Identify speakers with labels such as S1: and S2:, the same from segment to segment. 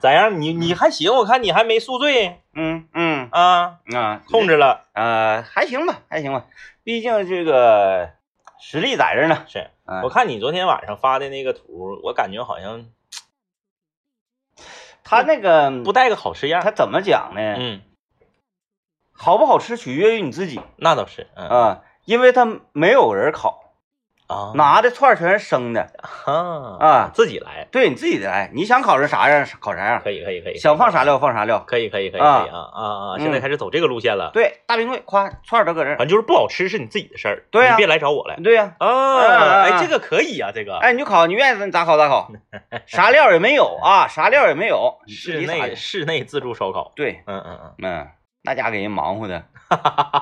S1: 咋样？你你还行，我看你还没宿醉
S2: 嗯嗯
S1: 啊，
S2: 啊，
S1: 控制了
S2: 啊，还行吧，还行吧，毕竟这个实力在这儿呢。
S1: 是。
S2: 啊
S1: 我看你昨天晚上发的那个图，我感觉好像
S2: 他那个
S1: 不带个好吃样
S2: 他。怎么讲呢？
S1: 嗯，
S2: 好不好吃取决于你自己
S1: 那倒是，嗯
S2: 啊，因为他没有人烤，
S1: 啊，
S2: 拿的串儿全是生的
S1: 啊
S2: 啊，
S1: 自己来，
S2: 对你自己来，你想烤成啥样烤啥样，
S1: 可以可以可以，
S2: 想放啥料放啥料。
S1: 可以可以可以可以
S2: 啊
S1: 啊啊啊！
S2: 嗯
S1: 现在开始走这个路线了，
S2: 对，大冰柜夸串儿都搁这
S1: 反
S2: 儿。
S1: 正就是不好吃是你自己的事儿，
S2: 对啊
S1: 你别来找我来
S2: 对呀、
S1: 啊！
S2: 嗯嗯
S1: 哎，
S2: 嗯
S1: 这个可以啊，这个
S2: 哎，你就烤，你愿意咋烤咋 烤，啥料也没有啊，啥料也没有，你自
S1: 室
S2: 己撒
S1: 内
S2: 去
S1: 室内自助烧烤，
S2: 对，
S1: 嗯嗯嗯，
S2: 嗯，那家给人忙 活的，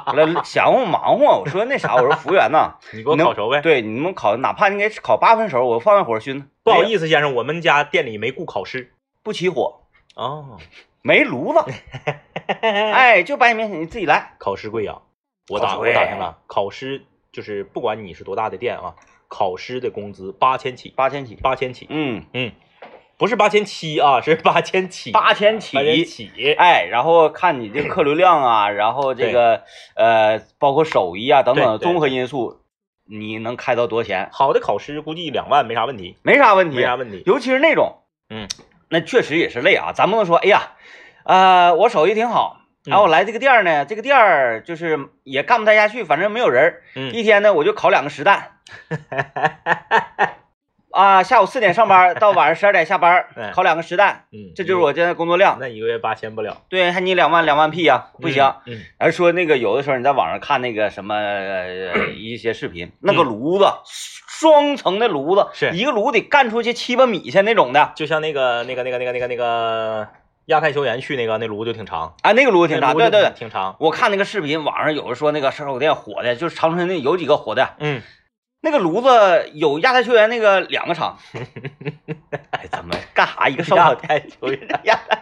S2: 后来想我忙活，我说那啥，我说服务员呐，
S1: 你给我烤熟呗。
S2: 对，你们烤，哪怕你给烤八分熟，我放完火熏它，
S1: 不好
S2: 思，
S1: 意思，先生，我们家店里没雇烤师
S2: 不起火，
S1: 哦，
S2: 没 炉子，哎，就摆你面前，你自己来，
S1: 烤师贵阳，我打
S2: 烤
S1: 我
S2: 师
S1: 打听了，烤师就是不管你是多大的店啊，烤师的工资八千起，
S2: 八千起，
S1: 八千起，
S2: 嗯，
S1: 嗯，不是八千七啊，是八千起，
S2: 八千起
S1: 八。千起，
S2: 哎，然后看你这个客流量啊，然后这个呃，包括手艺啊等
S1: 对
S2: 等
S1: 对
S2: 综合因素，你能开到多少钱？
S1: 好的烤师估计两万没啥问题，
S2: 没啥问题，
S1: 没啥问题，
S2: 尤其是那种，
S1: 嗯，
S2: 那确实也是累啊。咱不能说，哎呀，呃，我手艺挺好，然
S1: 嗯
S2: 后我来这个店儿呢，这个店儿就是也干不太下去，反正没有人儿，
S1: 嗯
S2: 一天呢我就烤两个实蛋。啊，下午四点上班，到晚上十二点下
S1: 哎
S2: 班，烤两个实蛋，
S1: 嗯，
S2: 这就是我现在工作量。
S1: 那一个月八千不了，
S2: 对，还你两万两万屁呀、不行。
S1: 嗯，嗯，
S2: 而说那个有的时候你在网上看那个什么、呃、一些视频，那个炉子双层的炉子，
S1: 嗯是
S2: 一个炉子得干出去七八米去那种的
S1: 就像那个那个那个那个那个那个亚太球员去那个那炉就挺长，
S2: 啊，那个炉子挺大。
S1: 那炉就
S2: 对对对，
S1: 挺长，
S2: 我看那个视频，网上有人说那个烧烤店火的，就是长春那有几个火的，
S1: 嗯，
S2: 那个炉子有亚太球员那个两个 厂，哎，怎么干啥一个烧
S1: 嗯
S2: 烤
S1: 亚
S2: 店？
S1: 太球员，
S2: 亚太，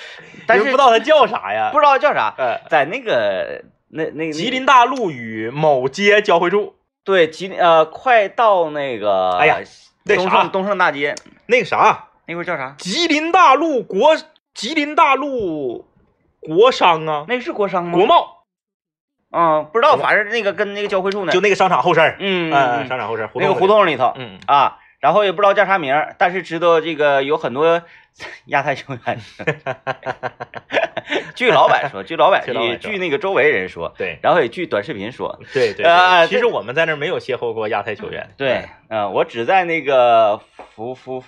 S2: 但
S1: 不
S2: 是
S1: 知道他叫啥呀？
S2: 不知道叫啥，
S1: 呃，
S2: 在那个那那那
S1: 吉林大路与某街交汇处，
S2: 对吉林呃，快到那个
S1: 哎呀那
S2: 东
S1: 啥
S2: 胜东胜大街
S1: 那个啥，
S2: 那块儿叫啥？
S1: 吉林大路国，吉林大路国商啊，
S2: 那个是国商吗？
S1: 国贸，
S2: 嗯，不知道，反正那个跟那个交汇处呢，
S1: 就那个商场后身儿，
S2: 嗯
S1: 嗯，
S2: 嗯
S1: 商场后身儿，
S2: 那个
S1: 胡
S2: 胡
S1: 同
S2: 同里头
S1: 口，嗯，嗯
S2: 啊，然后也不知道叫啥名儿，但是知道这个有很多 亚太球员。 据老板说，据老板
S1: 据老板
S2: 也
S1: 说
S2: 据那个周围人说，
S1: 对
S2: 然后也据短视频说，
S1: 对对
S2: 呃
S1: 对，其实
S2: 这
S1: 我们在那儿没有邂逅过亚太球员，哎
S2: 对，嗯、我只在那个福福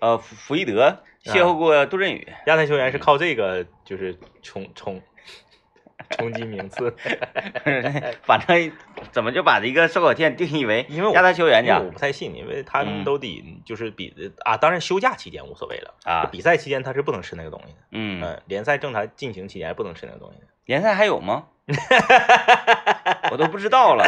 S2: 呃福福伊
S1: 啊
S2: 德邂逅过杜振宇，
S1: 亚太球
S2: 嗯
S1: 员是靠这个就是冲冲冲击名 次，
S2: 反正怎么就把这个烧烤店定义为
S1: 因为我
S2: 亚太球员啊
S1: 因为
S2: 家
S1: 我不太信，因为他们
S2: 嗯
S1: 都得就是比啊，当然休假期间无所谓了，
S2: 啊？
S1: 比赛期间他是不能吃那个东西的，
S2: 嗯，
S1: 嗯，联赛正常进行期间不能吃那个东西的。
S2: 联赛还 有吗？我都不知道了，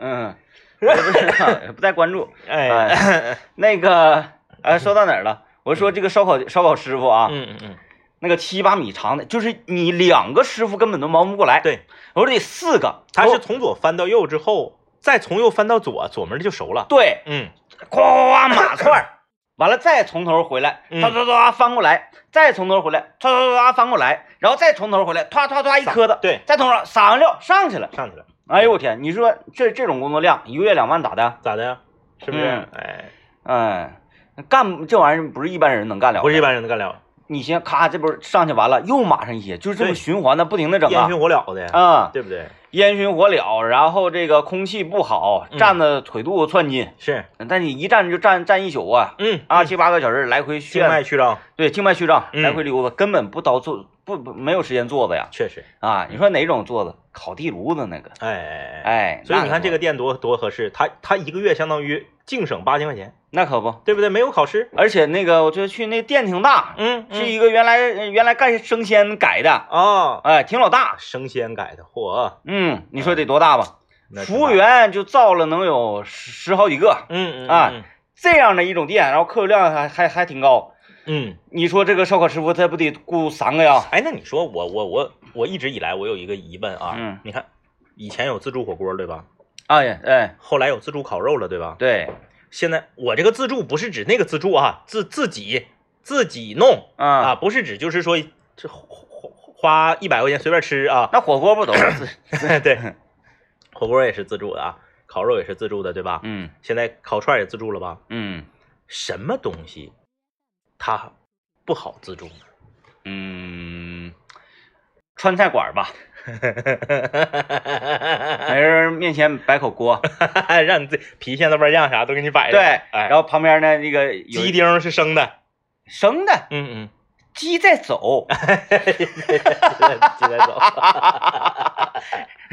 S2: 嗯，我都不知道， 也不太关注。
S1: 哎，
S2: 哎， 那个，呃，说到哪儿了？我说这个烧烤烧烤师傅啊，
S1: 嗯嗯嗯，
S2: 那个七八米长的，就是你两个师傅根本都忙不过来。
S1: 对，
S2: 我说得四个，
S1: 他是
S2: 我
S1: 从左翻到右之后，再从右翻到左，左门就熟了。
S2: 对，
S1: 嗯，
S2: 夸夸夸马串儿，完了再从头回来，
S1: 嗯
S2: 唰唰唰翻过来，再从头回来，唰唰唰翻过来，然后再从头回来，唰唰唰一磕的，
S1: 对，
S2: 再从头撒完料上去了。
S1: 上去了，
S2: 哎呦我天，你说这这种工作量，一个月两万咋的？
S1: 咋的呀？是不是？
S2: 嗯
S1: 哎，
S2: 哎，干这玩意儿不是一般人能干了的，
S1: 不是一般人能干了，
S2: 你先咔，这不是上去完了，又码上一些，就是这么
S1: 对
S2: 循环的，不停的整
S1: 烟
S2: 啊
S1: 熏火燎的，
S2: 啊，
S1: 对不对？
S2: 烟熏火燎，然后这个空气不好，
S1: 嗯
S2: 站的腿肚子窜筋，
S1: 是，
S2: 但你一站就站站一宿啊，
S1: 嗯
S2: 啊
S1: 嗯
S2: 七八个小时来回
S1: 静脉
S2: 炫，
S1: 曲张，
S2: 对静脉曲张，
S1: 嗯
S2: 来回溜达，根本不倒坐不不没有时间坐着呀
S1: 确实，
S2: 啊！你说哪种坐着？烤地炉子那个，
S1: 哎哎哎。
S2: 哎，
S1: 所以你看这
S2: 个
S1: 个店多多合适，他他一个月相当于净省八千块钱，
S2: 那可不，
S1: 对不对？没有考试，
S2: 而且那个我觉得去那店挺大，
S1: 嗯
S2: 是
S1: 是
S2: 一个原来原来干生鲜改的，
S1: 啊，
S2: 哎，挺老大，
S1: 生鲜改的，嚯，
S2: 嗯，你说得多大吧？
S1: 那
S2: 服务
S1: 挺大，
S2: 员就造了能有十十好几个
S1: 嗯嗯
S2: 啊
S1: 嗯
S2: 这样的一种店，然后客流量还还还挺高。
S1: 嗯，
S2: 你说这个烧烤师傅他不得雇三个呀？
S1: 哎，那你说我我我我一直以来我有一个疑问啊，
S2: 嗯
S1: 你看以前有自助火锅对吧？
S2: 哎呀，哎，
S1: 后来有自助烤肉了对吧？
S2: 对，
S1: 现在我这个自助不是指那个自助啊，自自己自己弄
S2: 啊，
S1: 啊，不是指就是说这花花一百块钱随便吃 啊，
S2: 那火锅不都 是自？
S1: 对，火锅也是自助的啊，烤肉也是自助的，对吧？
S2: 嗯
S1: 现在烤串也自助了吧？
S2: 嗯
S1: 什么东西它不好自助呢？
S2: 嗯，川菜馆吧，没人面前摆口锅，
S1: 让你自己郫县豆瓣酱啥都给你摆
S2: 对，
S1: 着，哎
S2: 然，后旁边呢那个有
S1: 鸡丁是生的，
S2: 生的
S1: 嗯嗯，嗯
S2: 鸡在走，
S1: 鸡在走，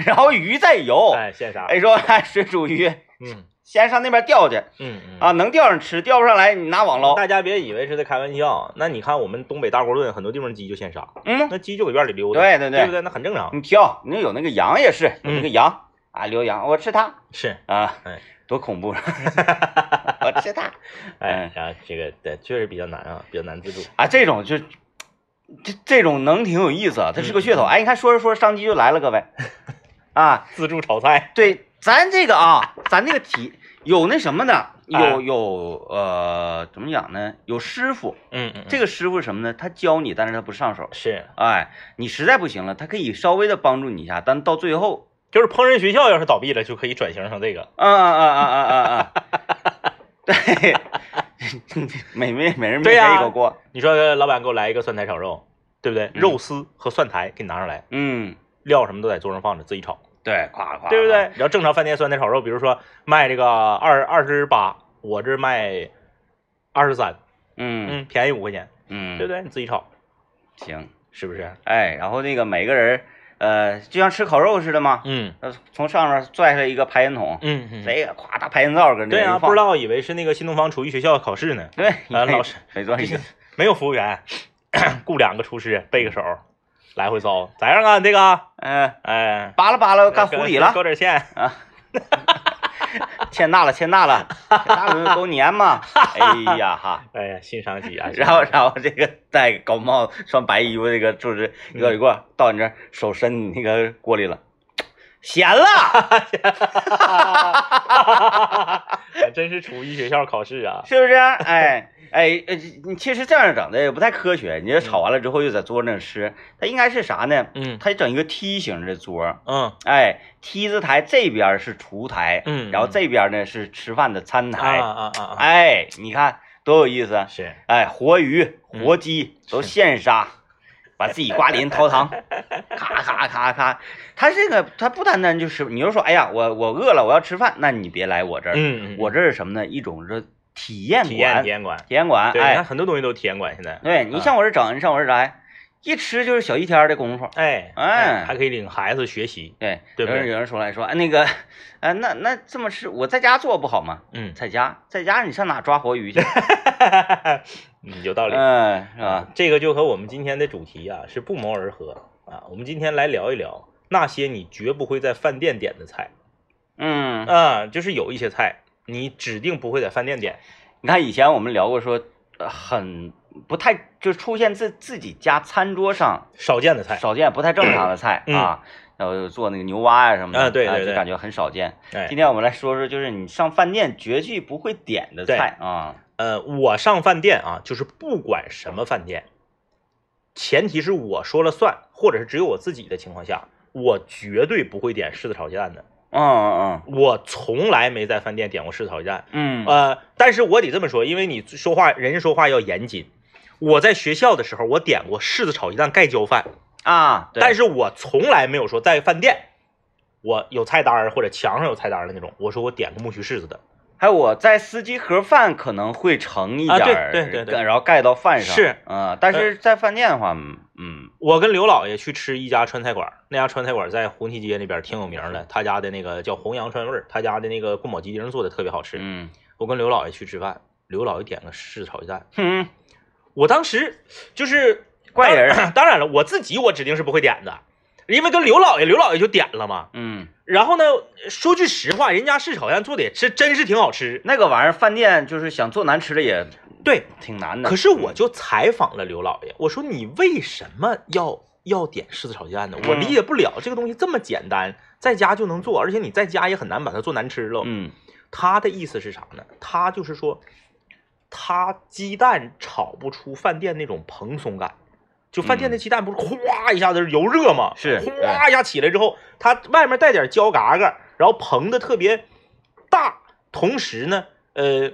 S2: 然后鱼在游，
S1: 哎，现杀，
S2: 哎说哎水煮鱼，
S1: 嗯
S2: 先上那边钓去
S1: 嗯嗯
S2: 啊，能钓上吃，钓不上来你拿网捞，
S1: 大家别以为是在开玩笑，那你看我们东北大锅炖，很多地方鸡就现杀，
S2: 嗯。
S1: 那鸡就搁院里溜达，
S2: 对
S1: 对，
S2: 对对嗯
S1: 不对？那很正常，
S2: 你挑，你有那个羊也是，有
S1: 嗯
S2: 那个羊、啊，留羊，我吃它
S1: 是，
S2: 啊，
S1: 哎
S2: 多 恐怖啊！我吃它
S1: 哎
S2: 嗯，
S1: 然后这个对，确实比较难啊，比较难自助，
S2: 啊，这种就这这种能挺有意思啊，它
S1: 嗯
S2: 是个噱头。哎，你看说着说着商机就来了，各位啊，
S1: 自助炒菜，
S2: 对，咱这个啊，咱这个题有那什么呢？有
S1: 哎
S2: 有呃，怎么讲呢？有师傅，
S1: 嗯嗯，
S2: 这
S1: 个
S2: 个师傅是什么呢？他教你，但是他不上手。
S1: 是，
S2: 哎，你实在不行了，他可以稍微的帮助你一下，但到最后
S1: 就是烹饪学校要是倒闭了，就可以转型成这个，
S2: 啊啊啊啊啊！啊！ 对，每每每人面
S1: 对呀
S2: 前一口锅，
S1: 你说老板给我来一个蒜苔炒肉，对不对？
S2: 嗯
S1: 肉丝和蒜苔给你拿上来，
S2: 嗯，
S1: 料什么都在桌上放着，自己炒，
S2: 对，夸夸，
S1: 对不对？？然后正常饭店酸菜炒肉，比如说卖这个二二十八，我这卖二十三，
S2: 嗯
S1: 嗯，便宜五块钱，
S2: 嗯，
S1: 对不对？你自己炒，
S2: 行，
S1: 是不是？
S2: 哎，然后那个每个人，呃，就像吃烤肉似的嘛，
S1: 嗯
S2: 呃，从上面拽下来一个排烟筒，
S1: 嗯嗯，
S2: 谁也夸大排烟罩跟那
S1: 对
S2: 人
S1: 啊，
S2: 一
S1: 不
S2: 放
S1: 知，道以为是那个新东方厨艺学校考试呢，
S2: 对，
S1: 啊
S2: 没
S1: 老师
S2: 没多少 意思，
S1: 没有服务员，雇两个厨师背个手，来回搜，咋样啊？这个，
S2: 嗯，
S1: 哎，
S2: 扒拉扒拉干湖底了
S1: 勾点芡，
S2: 啊，欠大了欠大了， 欠大了都粘 嘛，哎呀哈。
S1: 哎呀，欣赏起啊，
S2: 然后，然后这个戴高帽、穿白衣服，这个就是
S1: 嗯
S2: 一个一个到你这儿，手伸你那个锅里了，咸了，
S1: 还真是厨艺学校考试啊，
S2: 是不是？哎哎，呃你其实这样整的也不太科学。你这炒完了之后又在桌那吃，它应该是啥呢？
S1: 嗯
S2: 它整一个梯形的桌，
S1: 嗯
S2: 哎，T 字台这边是厨台，
S1: 嗯
S2: 然后这边呢是吃饭的餐
S1: 啊
S2: 台，
S1: 啊啊啊，
S2: 哎，你看多有意思！
S1: 是，
S2: 哎，活鱼、
S1: 嗯
S2: 活鸡都现杀，把自己瓜鳞 掏汤，咔咔咔咔。他这个他不单单就是，你就说，哎呀，我我饿了，我要吃饭，那你别来我这儿，
S1: 嗯，嗯
S2: 我这是什么呢？一种是体验
S1: 体验
S2: 馆，
S1: 体验馆，
S2: 体验馆，
S1: 对，你嗯看
S2: 哎，
S1: 很多东西都体验馆现在，
S2: 对你上我这儿整，你上我这儿来，一吃就是小一天的功夫。
S1: 哎
S2: 哎
S1: 还可以领孩子学习，
S2: 对，
S1: 对不
S2: 有人
S1: 对
S2: 有人说了，说哎那个，哎那那这么吃，我在家做不好吗？
S1: 嗯，
S2: 在家，在家你上哪抓活鱼去？
S1: 嗯有道理，
S2: 嗯，是吧？
S1: 啊这个就和我们今天的主题啊是不谋而合啊，我们今天来聊一聊那些你绝不会在饭店点的菜
S2: 嗯，
S1: 啊，就是有一些菜你指定不会在饭店点，
S2: 你看以前我们聊过说，呃很不太就出现自自己家餐桌上
S1: 少见的菜，
S2: 少见不太正常的菜、
S1: 嗯
S2: 啊，然后做那个牛蛙呀、什么的，
S1: 啊对对
S2: 就
S1: 对
S2: 感觉很少见。
S1: 哎
S2: 今，天我们来说说，就是你上饭店绝句不会点的菜啊，
S1: 呃，我上饭店啊，就是不管什么饭店，前提是我说了算，或者是只有我自己的情况下，我绝对不会点柿子炒鸡蛋的。
S2: 嗯嗯
S1: 我从来没在饭店点过柿子炒鸡蛋。
S2: 嗯嗯
S1: 呃，但是我得这么说，因为你说话，人家说话要严谨。我在学校的时候，我点过柿子炒鸡蛋盖浇饭，
S2: 啊，
S1: 但
S2: 是
S1: 是我从来没有说在饭店，我有菜单儿或者墙上有菜单儿的那种，我说我点过木须柿子的。
S2: 还有我在司机盒饭可能会盛一点儿、
S1: 啊对对对对
S2: 然后盖到饭上
S1: 是呃
S2: 嗯，但是在饭店的话，嗯
S1: 我跟刘老爷去吃一家川菜馆，那家川菜馆在红旗街那边挺有名的，他家的那个叫弘扬川味儿，他家的那个宫保鸡丁做的特别好吃。
S2: 嗯
S1: 我跟刘老爷去吃饭，刘老爷点个柿子炒鸡蛋，
S2: 嗯，
S1: 我当时就是
S2: 怪人啊儿，
S1: 当当然了，我自己我指定是不会点的，因为跟刘老爷，刘老爷就点了嘛。
S2: 嗯。
S1: 然后呢，说句实话，人家柿炒鸡蛋做的也是真是挺好吃。
S2: 那个玩意儿，饭店就是想做难吃的也
S1: 对，
S2: 挺难的。
S1: 可是我就采访了刘老爷，我说你为什么要要点柿子炒鸡蛋呢？我
S2: 嗯
S1: 理解不了这个东西这么简单，在家就能做，而且你在家也很难把它做难吃喽。
S2: 嗯
S1: 他的意思是啥呢？他就是说，它鸡蛋炒不出饭店那种蓬松感。就饭店的鸡蛋不是哗一下子油热吗？
S2: 嗯是
S1: 哗一下起来之后，它外面带点焦嘎嘎，然后膨的特别大，同时呢，呃，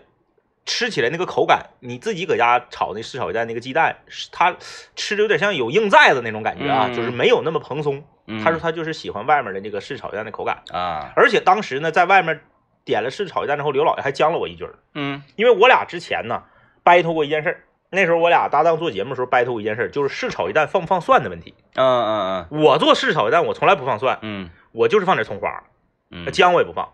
S1: 吃起来那个口感，你自己搁家炒那湿炒鸡蛋那个鸡蛋，是它吃的有点像有硬寨子那种感觉啊，
S2: 嗯
S1: 就是没有那么蓬松。
S2: 嗯
S1: 他说他就是喜欢外面的那个湿炒鸡蛋的口感，
S2: 啊，
S1: 而且当时呢，在外面点了湿炒鸡蛋之后，刘老爷还将了我一军儿，
S2: 嗯
S1: 因为我俩之前呢 battle 过一件事儿，那时候我俩搭档做节目的时候 battle 过一件事儿，就是试炒鸡蛋放不放蒜的问题。
S2: 嗯嗯
S1: 我做试炒鸡蛋，我从来不放蒜，
S2: 嗯
S1: 我就是放点葱花，
S2: 嗯
S1: 那姜我也不放。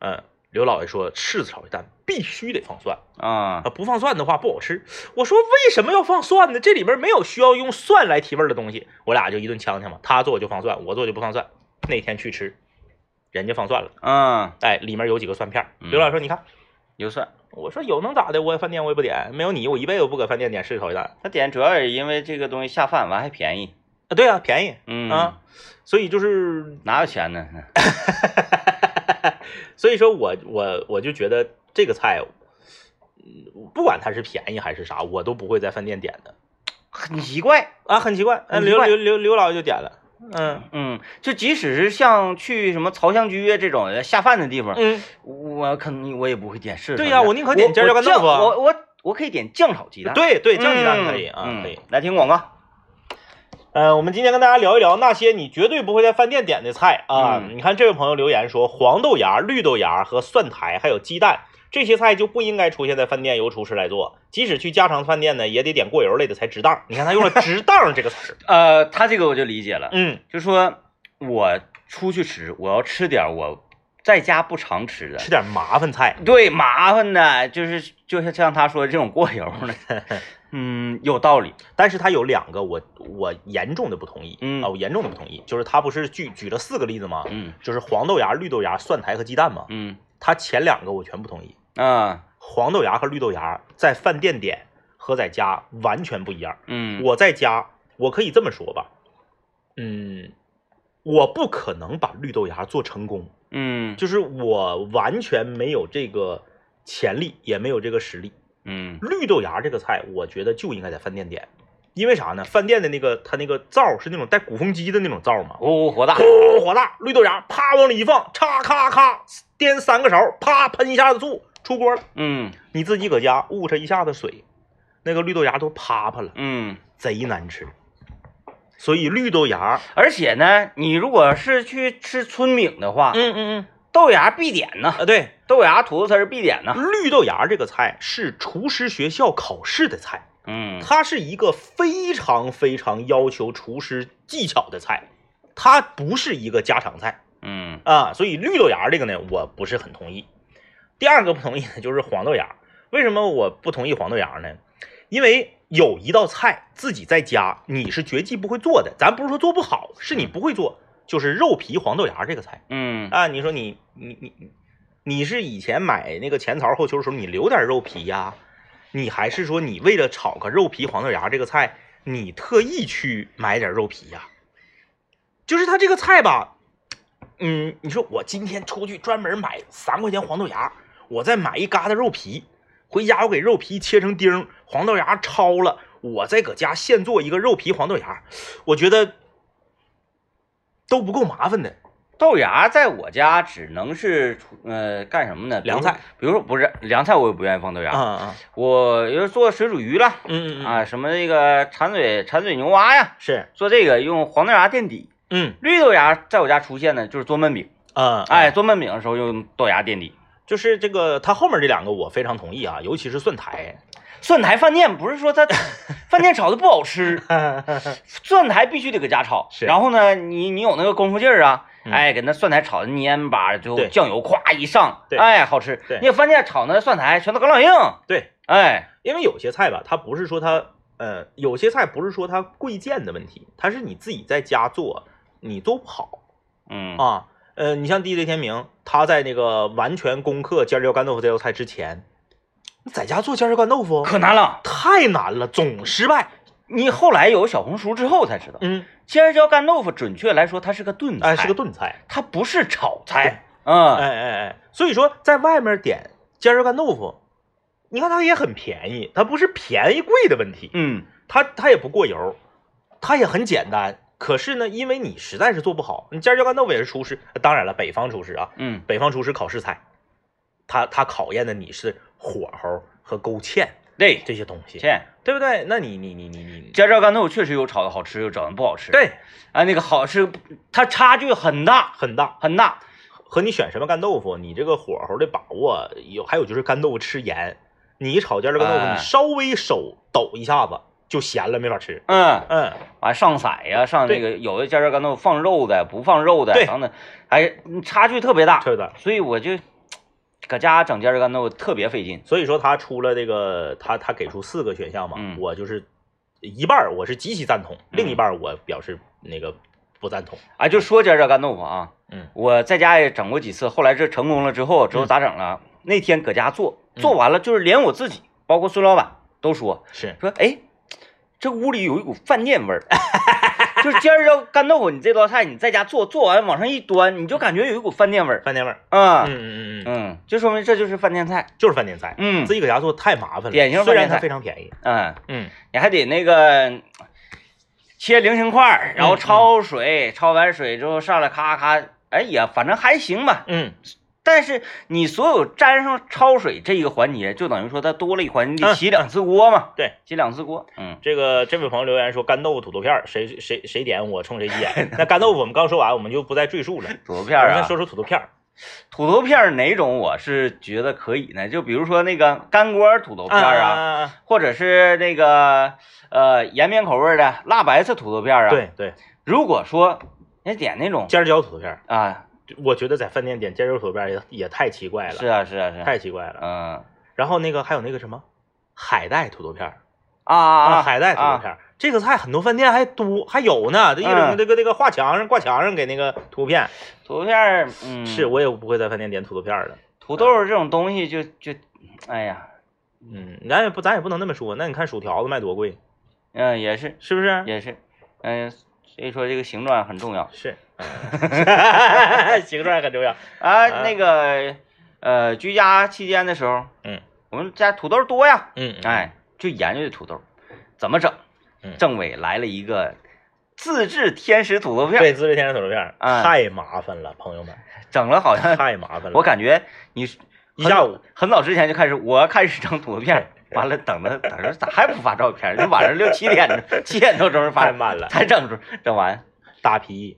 S1: 嗯，刘老爷说试炒鸡蛋必须得放蒜
S2: 啊
S1: 啊，不放蒜的话不好吃。我说为什么要放蒜呢？这里边没有需要用蒜来提味儿的东西。我俩就一顿呛呛嘛，他做我就放蒜，我做就不放蒜。那天去吃，人家放蒜了，
S2: 嗯，
S1: 哎，里面有几个蒜片儿。
S2: 嗯
S1: 刘老爷说你看。
S2: 有蒜。
S1: 我说有能咋的？我饭店我也不点，没有你我一辈子不搁饭店点试炒鸡蛋
S2: 他点主要也因为这个东西下饭完还便宜，
S1: 啊。对啊，便宜，
S2: 嗯
S1: 啊，所以就是，
S2: 哪有钱呢？
S1: 所以说我我我就觉得这个菜，嗯不管它是便宜还是啥，我都不会在饭店点的
S2: 很奇怪，
S1: 啊，很奇怪。呃
S2: 很奇
S1: 刘
S2: 怪
S1: 刘刘刘老爷就点了，嗯
S2: 嗯，就即使是像去什么朝香居啊这种下饭的地方，
S1: 嗯，
S2: 我可能我也不会点试试。
S1: 对呀我宁可点尖椒干豆
S2: 酱，
S1: 腐啊
S2: 我我我可以点酱炒鸡蛋，，
S1: 对对，酱鸡蛋可以啊，
S2: 啊嗯
S1: 可以。。
S2: 来听广告，
S1: 呃，我们今天跟大家聊一聊那些你绝对不会在饭店点的菜啊。
S2: 嗯
S1: 你看这位朋友留言说，黄豆芽、绿豆芽和蒜苔还有鸡蛋这些菜就不应该出现在饭店由厨师来做，即使去家常饭店呢，也得点过油类的才值当。你看他用了“值当”这个词儿，
S2: 呃，他这个我就理解了，
S1: 嗯，
S2: 就说我出去吃，我要吃点我在家不常吃的，
S1: 吃点麻烦菜，
S2: 对，麻烦的，就是就是像他说的这种过油的， 嗯，有道理，
S1: 但是他有两个我我严重的不同意，
S2: 嗯
S1: 啊，我严重的不同意，就是他不是举举了四个例子吗？
S2: 嗯
S1: 就是黄豆芽、绿豆芽、蒜苔和鸡蛋嘛，
S2: 嗯
S1: 他前两个我全不同意。
S2: 啊
S1: 黄豆芽和绿豆芽在饭店点和在家完全不一样。
S2: 嗯，
S1: 我在家，我可以这么说吧，嗯，我不可能把绿豆芽做成功，
S2: 嗯
S1: 就是我完全没有这个潜力，也没有这个实力。
S2: 嗯
S1: 绿豆芽这个菜，我觉得就应该在饭店点，因为啥呢？饭店的那个它那个灶是那种带鼓风机的那种灶嘛，
S2: 呼呼火大，
S1: 呼火大，绿豆芽啪往里一放，嚓咔咔颠三个勺，啪喷一下子醋，出锅了。
S2: 嗯
S1: 你自己搁家捂它一下子水，那个绿豆芽都趴趴了，
S2: 嗯，
S1: 贼难吃。所以绿豆芽，
S2: 而且呢，你如果是去吃春饼的话，
S1: 嗯嗯
S2: 豆芽必点呐，
S1: 啊，对，
S2: 豆芽土豆丝儿必点呐，
S1: 绿豆芽这个菜是厨师学校考试的菜，
S2: 嗯
S1: 它是一个非常非常要求厨师技巧的菜，它不是一个家常菜
S2: 嗯
S1: 啊。所以绿豆芽这个呢，我不是很同意。第二个不同意的就是黄豆芽，为什么我不同意黄豆芽呢？因为有一道菜自己在家你是绝技不会做的，咱不是说做不好，是你不会做，就是肉皮黄豆芽这个菜
S2: 嗯
S1: 啊。你说你你你你你是以前买那个前槽后球的时候，你留点肉皮呀、你还是说你为了炒个肉皮黄豆芽这个菜，你特意去买点肉皮呀、就是它这个菜吧，嗯，你说我今天出去专门买三块钱黄豆芽，我再买一疙瘩肉皮，回家我给肉皮切成丁儿，黄豆芽焯了，我再搁家现做一个肉皮黄豆芽，我觉得都不够麻烦的。
S2: 豆芽在我家只能是出呃干什么呢？比如
S1: 凉菜，
S2: 比如说不是凉菜，我也不愿意放豆
S1: 啊
S2: 芽，
S1: 啊，
S2: 我要是做水煮鱼了。
S1: 嗯嗯嗯，
S2: 啊，什么这个馋嘴馋嘴牛蛙呀，
S1: 是，
S2: 做这个用黄豆芽垫底，
S1: 嗯
S2: 绿豆芽在我家出现呢，就是做焖饼。
S1: 啊，
S2: 哎，，做焖饼的时候用豆芽垫底。
S1: 就是这个，它后面这两个我非常同意啊，尤其是蒜苔，
S2: 蒜苔饭店不是 说它饭店炒的不好吃，蒜苔必须得搁家炒。
S1: 是
S2: 然后呢，你你有那个功夫劲儿啊，
S1: 嗯
S2: 哎，给那蒜苔炒的蔫巴，最后
S1: 对
S2: 酱油咵一上，
S1: 对
S2: 哎，好吃
S1: 对。
S2: 你饭店炒那蒜苔全都干老硬，
S1: 对，
S2: 哎，
S1: 因为有些菜吧，它不是说它，呃，有些菜不是说它贵贱的问题，它是你自己在家做，你做不好
S2: 嗯
S1: 啊。呃，你像 DJ 天明，他在那个完全攻克尖椒干豆腐这道菜之前，在家做尖椒干豆腐
S2: 可难了。
S1: 太难了，总失败。
S2: 你后来有小红书之后才知道，
S1: 嗯，
S2: 尖椒干豆腐准确来说它是个炖菜，
S1: 哎，是个炖菜。
S2: 它不是炒
S1: 对
S2: 菜。嗯，
S1: 哎哎哎，所以说在外面点尖椒干豆腐，你看它也很便宜，它不是便宜贵的问题，
S2: 嗯
S1: 它它也不过油，它也很简单。可是呢，因为你实在是做不好，你尖椒干豆腐也是厨师，呃当然了，北方厨师啊，
S2: 嗯
S1: 北方厨师考试菜，他他考验的你是火候和勾芡
S2: 对，
S1: 这些东西，
S2: 切，
S1: 对不对？那你你你你你，
S2: 尖椒干豆腐确实有炒的好吃，有炒的不好吃。，
S1: 对，
S2: 啊，那个好吃，它差距很大
S1: 很大。
S2: 很大。
S1: 和你选什么干豆腐，你这个火候的把握有，还有就是干豆腐吃盐，你炒尖儿干豆腐，
S2: 哎
S1: 你稍微手抖一下子就咸了，没法吃。
S2: 嗯，
S1: 嗯，
S2: 完、上色呀、上那
S1: 对
S2: 个有的尖椒干豆腐放肉的，不放肉的，
S1: 对
S2: 等等，哎，差距特别大。
S1: 对的。
S2: 所以我就搁家整尖椒干豆腐特别费劲。
S1: 所以说他出了这个，他他给出四个选项嘛，
S2: 嗯
S1: 我就是一半儿我是极其赞同，另一半儿我表示那个不赞同。
S2: 啊，就说尖椒干豆腐啊，
S1: 嗯，
S2: 我在家也整过几次，后来这成功了之后，之后咋整了？那天搁家做，
S1: 嗯
S2: 做完了就是连我自己，包括孙老板都说
S1: 是，
S2: 说，哎，这屋里有一股饭店味儿， 就是尖椒干豆腐，你这道菜你在家做，做完往上一端，你就感觉有一股饭店味儿，
S1: 饭店味儿。
S2: 啊，
S1: 嗯嗯嗯，
S2: 嗯，就说明这就是饭店菜，
S1: 就是饭店菜，
S2: 嗯
S1: 自己搁家做太麻烦了，
S2: 典型
S1: 虽然
S2: 饭店菜
S1: 它非常便宜。
S2: 嗯，
S1: 嗯，
S2: 你还得那个切菱形块儿，然后
S1: 嗯嗯
S2: 焯水，焯完水之后上来咔咔，哎呀，反正还行吧，
S1: 嗯，
S2: 但是你所有沾上焯水这一个环节，就等于说它多了一环，你得
S1: 嗯
S2: 洗两次锅嘛。
S1: 对，
S2: 洗两次锅。嗯，
S1: 这个这位朋友留言说干豆腐土豆片儿，谁谁谁点我冲谁急眼。那干豆腐我们刚说完，我们就不再赘述了。
S2: 土豆
S1: 我
S2: 片儿
S1: 们再
S2: 啊
S1: 说，说土豆片儿，
S2: 土豆片儿哪种我是觉得可以呢？就比如说那个干锅土豆片儿啊，
S1: 啊，
S2: 或者是那个呃延边口味的辣白菜土豆片儿啊。，
S1: 对对，
S2: 如果说你点那种
S1: 尖椒土豆片儿，
S2: 啊，
S1: 我觉得在饭店点尖椒土豆片儿也也太奇怪
S2: 是
S1: 了，
S2: 啊是啊是啊，
S1: 太奇怪了。
S2: 嗯
S1: 然后那个还有那个什么海带土豆片儿
S2: 啊啊
S1: 海带土豆
S2: 啊
S1: 片儿，这个菜很多饭店还多还有呢，这一整
S2: 嗯
S1: 个这个这个画墙上挂墙上给那个图片，
S2: 土豆片儿，嗯，
S1: 是我也不会在饭店点土豆片儿的。
S2: 土豆儿这种东西就就，哎呀，
S1: 嗯，咱也不咱也不能那么说，那你看薯条子卖多贵，
S2: 嗯、也是。
S1: 是不是？
S2: 也是，嗯、所以说这个形状很重要
S1: 是，嗯 形状很重要。
S2: 啊。
S1: 啊
S2: 那个呃，居家期间的时候，
S1: 嗯，
S2: 我们家土豆多呀，
S1: 嗯，
S2: 哎，就研究这土豆怎么整
S1: 嗯。
S2: 政委来了一个自制天使土豆片，
S1: 对，自制天然土豆片儿
S2: 嗯
S1: 太麻烦了，朋友 们，
S2: 整了好像
S1: 太麻烦了。
S2: 我感觉你
S1: 一下
S2: 很
S1: 午
S2: 很早之前就开始，我开始整土豆片，完了等着等着咋还不发照片？就晚上六七 点钟七点多钟
S1: 太
S2: 发
S1: 慢了，
S2: 才整出整完，
S1: 打皮，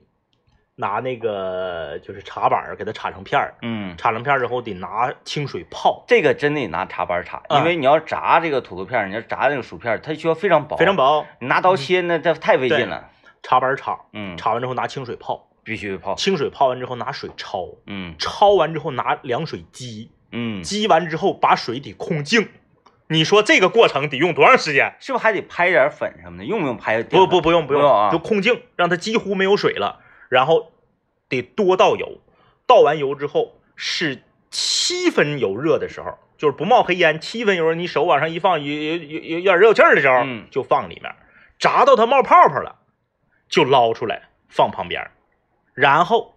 S1: 拿那个就是茶板儿给它插成片儿，
S2: 嗯。
S1: 插成片儿之后得拿清水泡，
S2: 这个真得拿茶板插，
S1: 嗯
S2: 因为你要炸这个土豆片儿，你要炸那个薯片儿，它需要非常薄，
S1: 非常。薄，嗯
S2: 你拿刀切那这太费劲了，
S1: 插板儿插，
S2: 嗯，
S1: 插完之后拿清水泡，
S2: 必须泡，
S1: 清水泡完之后拿水焯，
S2: 嗯
S1: 焯完之后拿凉水激，
S2: 嗯，
S1: 激完之后把水得控净。你说这个过程得用多长时间？
S2: 是不是还得拍点粉什么的？用不用拍点
S1: 不
S2: 粉？
S1: 不不用不
S2: 不用啊
S1: 就控净，让它几乎没有水了，然后得多倒油，倒完油之后是七分油热的时候，就是不冒黑烟，七分油，你手往上一放，有有有有有点热气儿的时候，
S2: 嗯
S1: 就放里面，炸到它冒泡泡了，就捞出来放旁边儿，然后。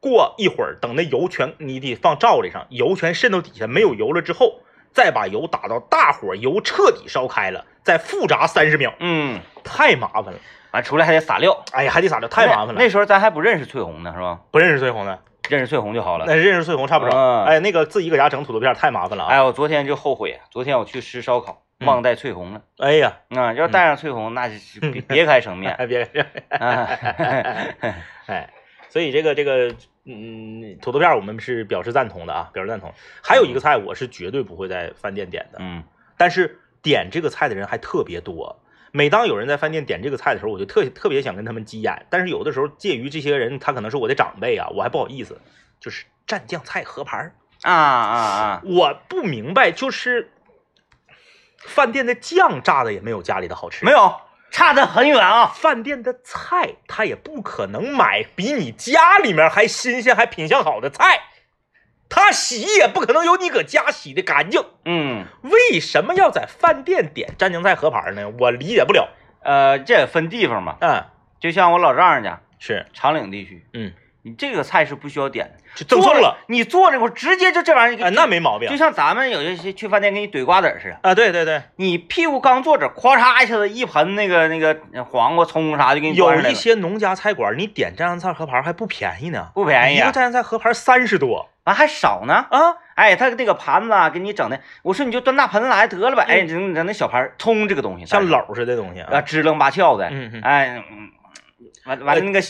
S1: 过一会儿，等那油全，你得放罩里上，油全渗到底下，没有油了之后，再把油打到大火，油彻底烧开了，再复炸三十秒。
S2: 嗯，
S1: 太麻烦了，
S2: 完出来还得撒料，
S1: 哎呀，还得咋的？太麻烦
S2: 那。那
S1: 了，
S2: 时候咱还不认识翠红呢，是吧？
S1: 不认识翠红的，
S2: 认识翠红就好了。
S1: 那认识翠红差不
S2: 嗯
S1: 少。哎，那个自己搁家整土豆片儿太麻烦了
S2: 哎，
S1: 啊！
S2: 我昨天就后悔，昨天我去吃烧烤，
S1: 嗯
S2: 忘带翠红了。
S1: 哎呀，
S2: 啊，要带上翠红，那就是 别别开生面
S1: 哎别，
S2: 啊。
S1: 哎，所以这个这个，嗯，土豆片儿我们是表示赞同的啊，表示赞同。还有一个菜我是绝对不会在饭店点的，
S2: 嗯
S1: 但是点这个菜的人还特别多。每当有人在饭店点这个菜的时候，我就特特别想跟他们急眼，但是有的时候介于这些人他可能是我的长辈啊，我还不好意思，就是蘸酱菜合盘儿。
S2: 啊啊啊，
S1: 我不明白，就是饭店的酱炸的也没有家里的好吃，
S2: 没有，差得很远啊。
S1: 饭店的菜他也不可能买比你家里面还新鲜还品相好的菜，他洗也不可能有你搁家洗的干净。
S2: 嗯。
S1: 为什么要在饭店点蘸酱菜合盘呢？我理解不了。
S2: 呃，这也分地方嘛，
S1: 嗯，
S2: 就像我老丈人家
S1: 是，
S2: 长岭地区，
S1: 嗯，
S2: 你这个菜是不需要点的，
S1: 就赠送
S2: 做
S1: 了，，
S2: 你做这我直接就这玩意儿给
S1: 啊，那没毛病
S2: 就像咱们有一些去饭店给你怼瓜子儿似的，
S1: 啊，对对对，
S2: 你屁股刚坐这，咵嚓一下子一盆那个那个黄瓜、葱啥就给你端
S1: 有
S2: 上来
S1: 一
S2: 了，
S1: 些农家菜馆，你点蘸洋菜和盘还不便宜呢，
S2: 不便宜
S1: 一个
S2: 啊，
S1: 蘸洋菜和盘三十多
S2: 完还少呢。
S1: 啊，
S2: 哎，他那个盘子啊，给你整的，我说你就端大盆来得了呗。哎，
S1: 嗯
S2: 你整整那小盘儿葱这个东西，
S1: 像篓似的东西
S2: 哎啊，
S1: 啊，
S2: 支棱八翘的，
S1: 嗯哎嗯
S2: 哎，嗯完完了那个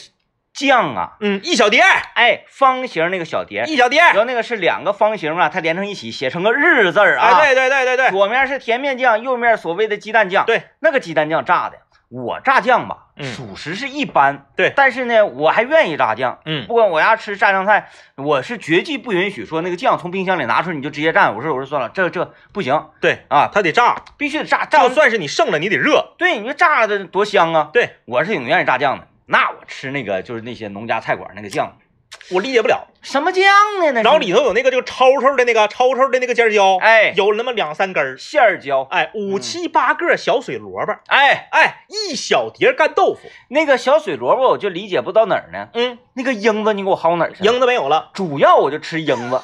S2: 酱啊，
S1: 嗯，一小碟儿
S2: 哎，方形那个小碟儿，
S1: 一小碟儿
S2: 然，后那个是两个方形啊，它连成一起写成个日字儿啊。
S1: 哎，对对对对对，
S2: 左面是甜面酱，右面所谓的鸡蛋酱。
S1: 对，
S2: 那个鸡蛋酱炸的，我炸酱吧，
S1: 嗯
S2: 属实是一般。
S1: 对
S2: 但是呢，我还愿意炸酱。
S1: 嗯
S2: 不管我家吃炸酱菜，我是绝技不允许说那个酱从冰箱里拿出来你就直接蘸。我说我说算了，这这不行
S1: 对，
S2: 啊，
S1: 它得炸，
S2: 必须得炸炸
S1: 就
S2: 完。
S1: 算是你剩了，你得热，
S2: 对，你说炸的多香啊！
S1: 对
S2: 我是挺愿意炸酱的。那我吃那个就是那些农家菜馆那个酱，
S1: 我理解不了。
S2: 什么酱呢？那是
S1: 然后里头有那个就抽抽的那个抽抽的那个尖椒，
S2: 哎嗯
S1: 有那么两三根儿，
S2: 馅儿椒，
S1: 哎，五七八个小水萝卜，
S2: 哎，
S1: 哎，一小碟干豆腐，
S2: 那个小水萝卜，我就理解不到哪儿呢。
S1: 嗯，
S2: 那个缨子，你给我薅哪儿去？，
S1: 赢的没有 了，
S2: 主要我就吃缨子。我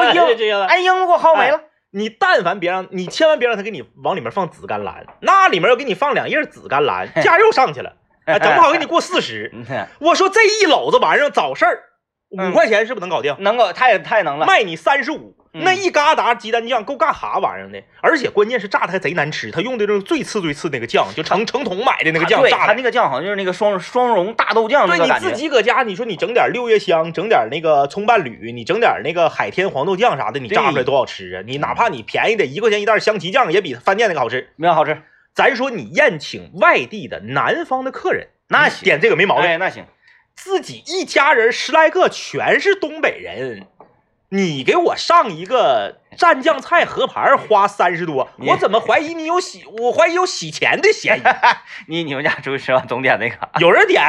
S1: 我
S2: 缨
S1: 赢
S2: 子，哎，缨子给我薅没了。
S1: 你但凡别让你千万别让他给你往里面放紫甘蓝，那里面要给你放两叶紫甘蓝，价又上去了，哎，整不好给你过四十。
S2: 嗯哼
S1: 我说这一篓子玩意儿早事儿，
S2: 嗯
S1: 五块钱是不是能搞定？
S2: 能够太太能了。
S1: 卖你三十五，
S2: 嗯
S1: 那一疙瘩鸡蛋酱够干哈玩意儿的？而且关键是炸的还贼难吃，他用的就是最次最次那个酱，就成成桶买的那个酱
S2: 对，
S1: 炸
S2: 它
S1: 的。
S2: 那个酱好像就是那个双双溶大豆酱那
S1: 对，
S2: 个
S1: 你
S2: 感
S1: 自
S2: 觉。
S1: 己搁家，你说你整点六月香，整点那个葱伴侣，你整点那个海天黄豆酱啥的，你炸出来多好吃
S2: 嗯
S1: 啊！你哪怕你便宜的一块钱一袋香琪酱，也比饭店那个好吃。
S2: 没有好吃，
S1: 咱说你宴请外地的南方的客人，
S2: 那
S1: 你
S2: 行
S1: 点这个没毛病。
S2: 哎，那行，
S1: 自己一家人十来个全是东北人，你给我上一个蘸酱菜合盘儿花三十多，
S2: 你
S1: 我怎么怀疑你有洗？我怀疑有洗钱的嫌疑。
S2: 你你们家出去吃饭总点那个，
S1: 有人点，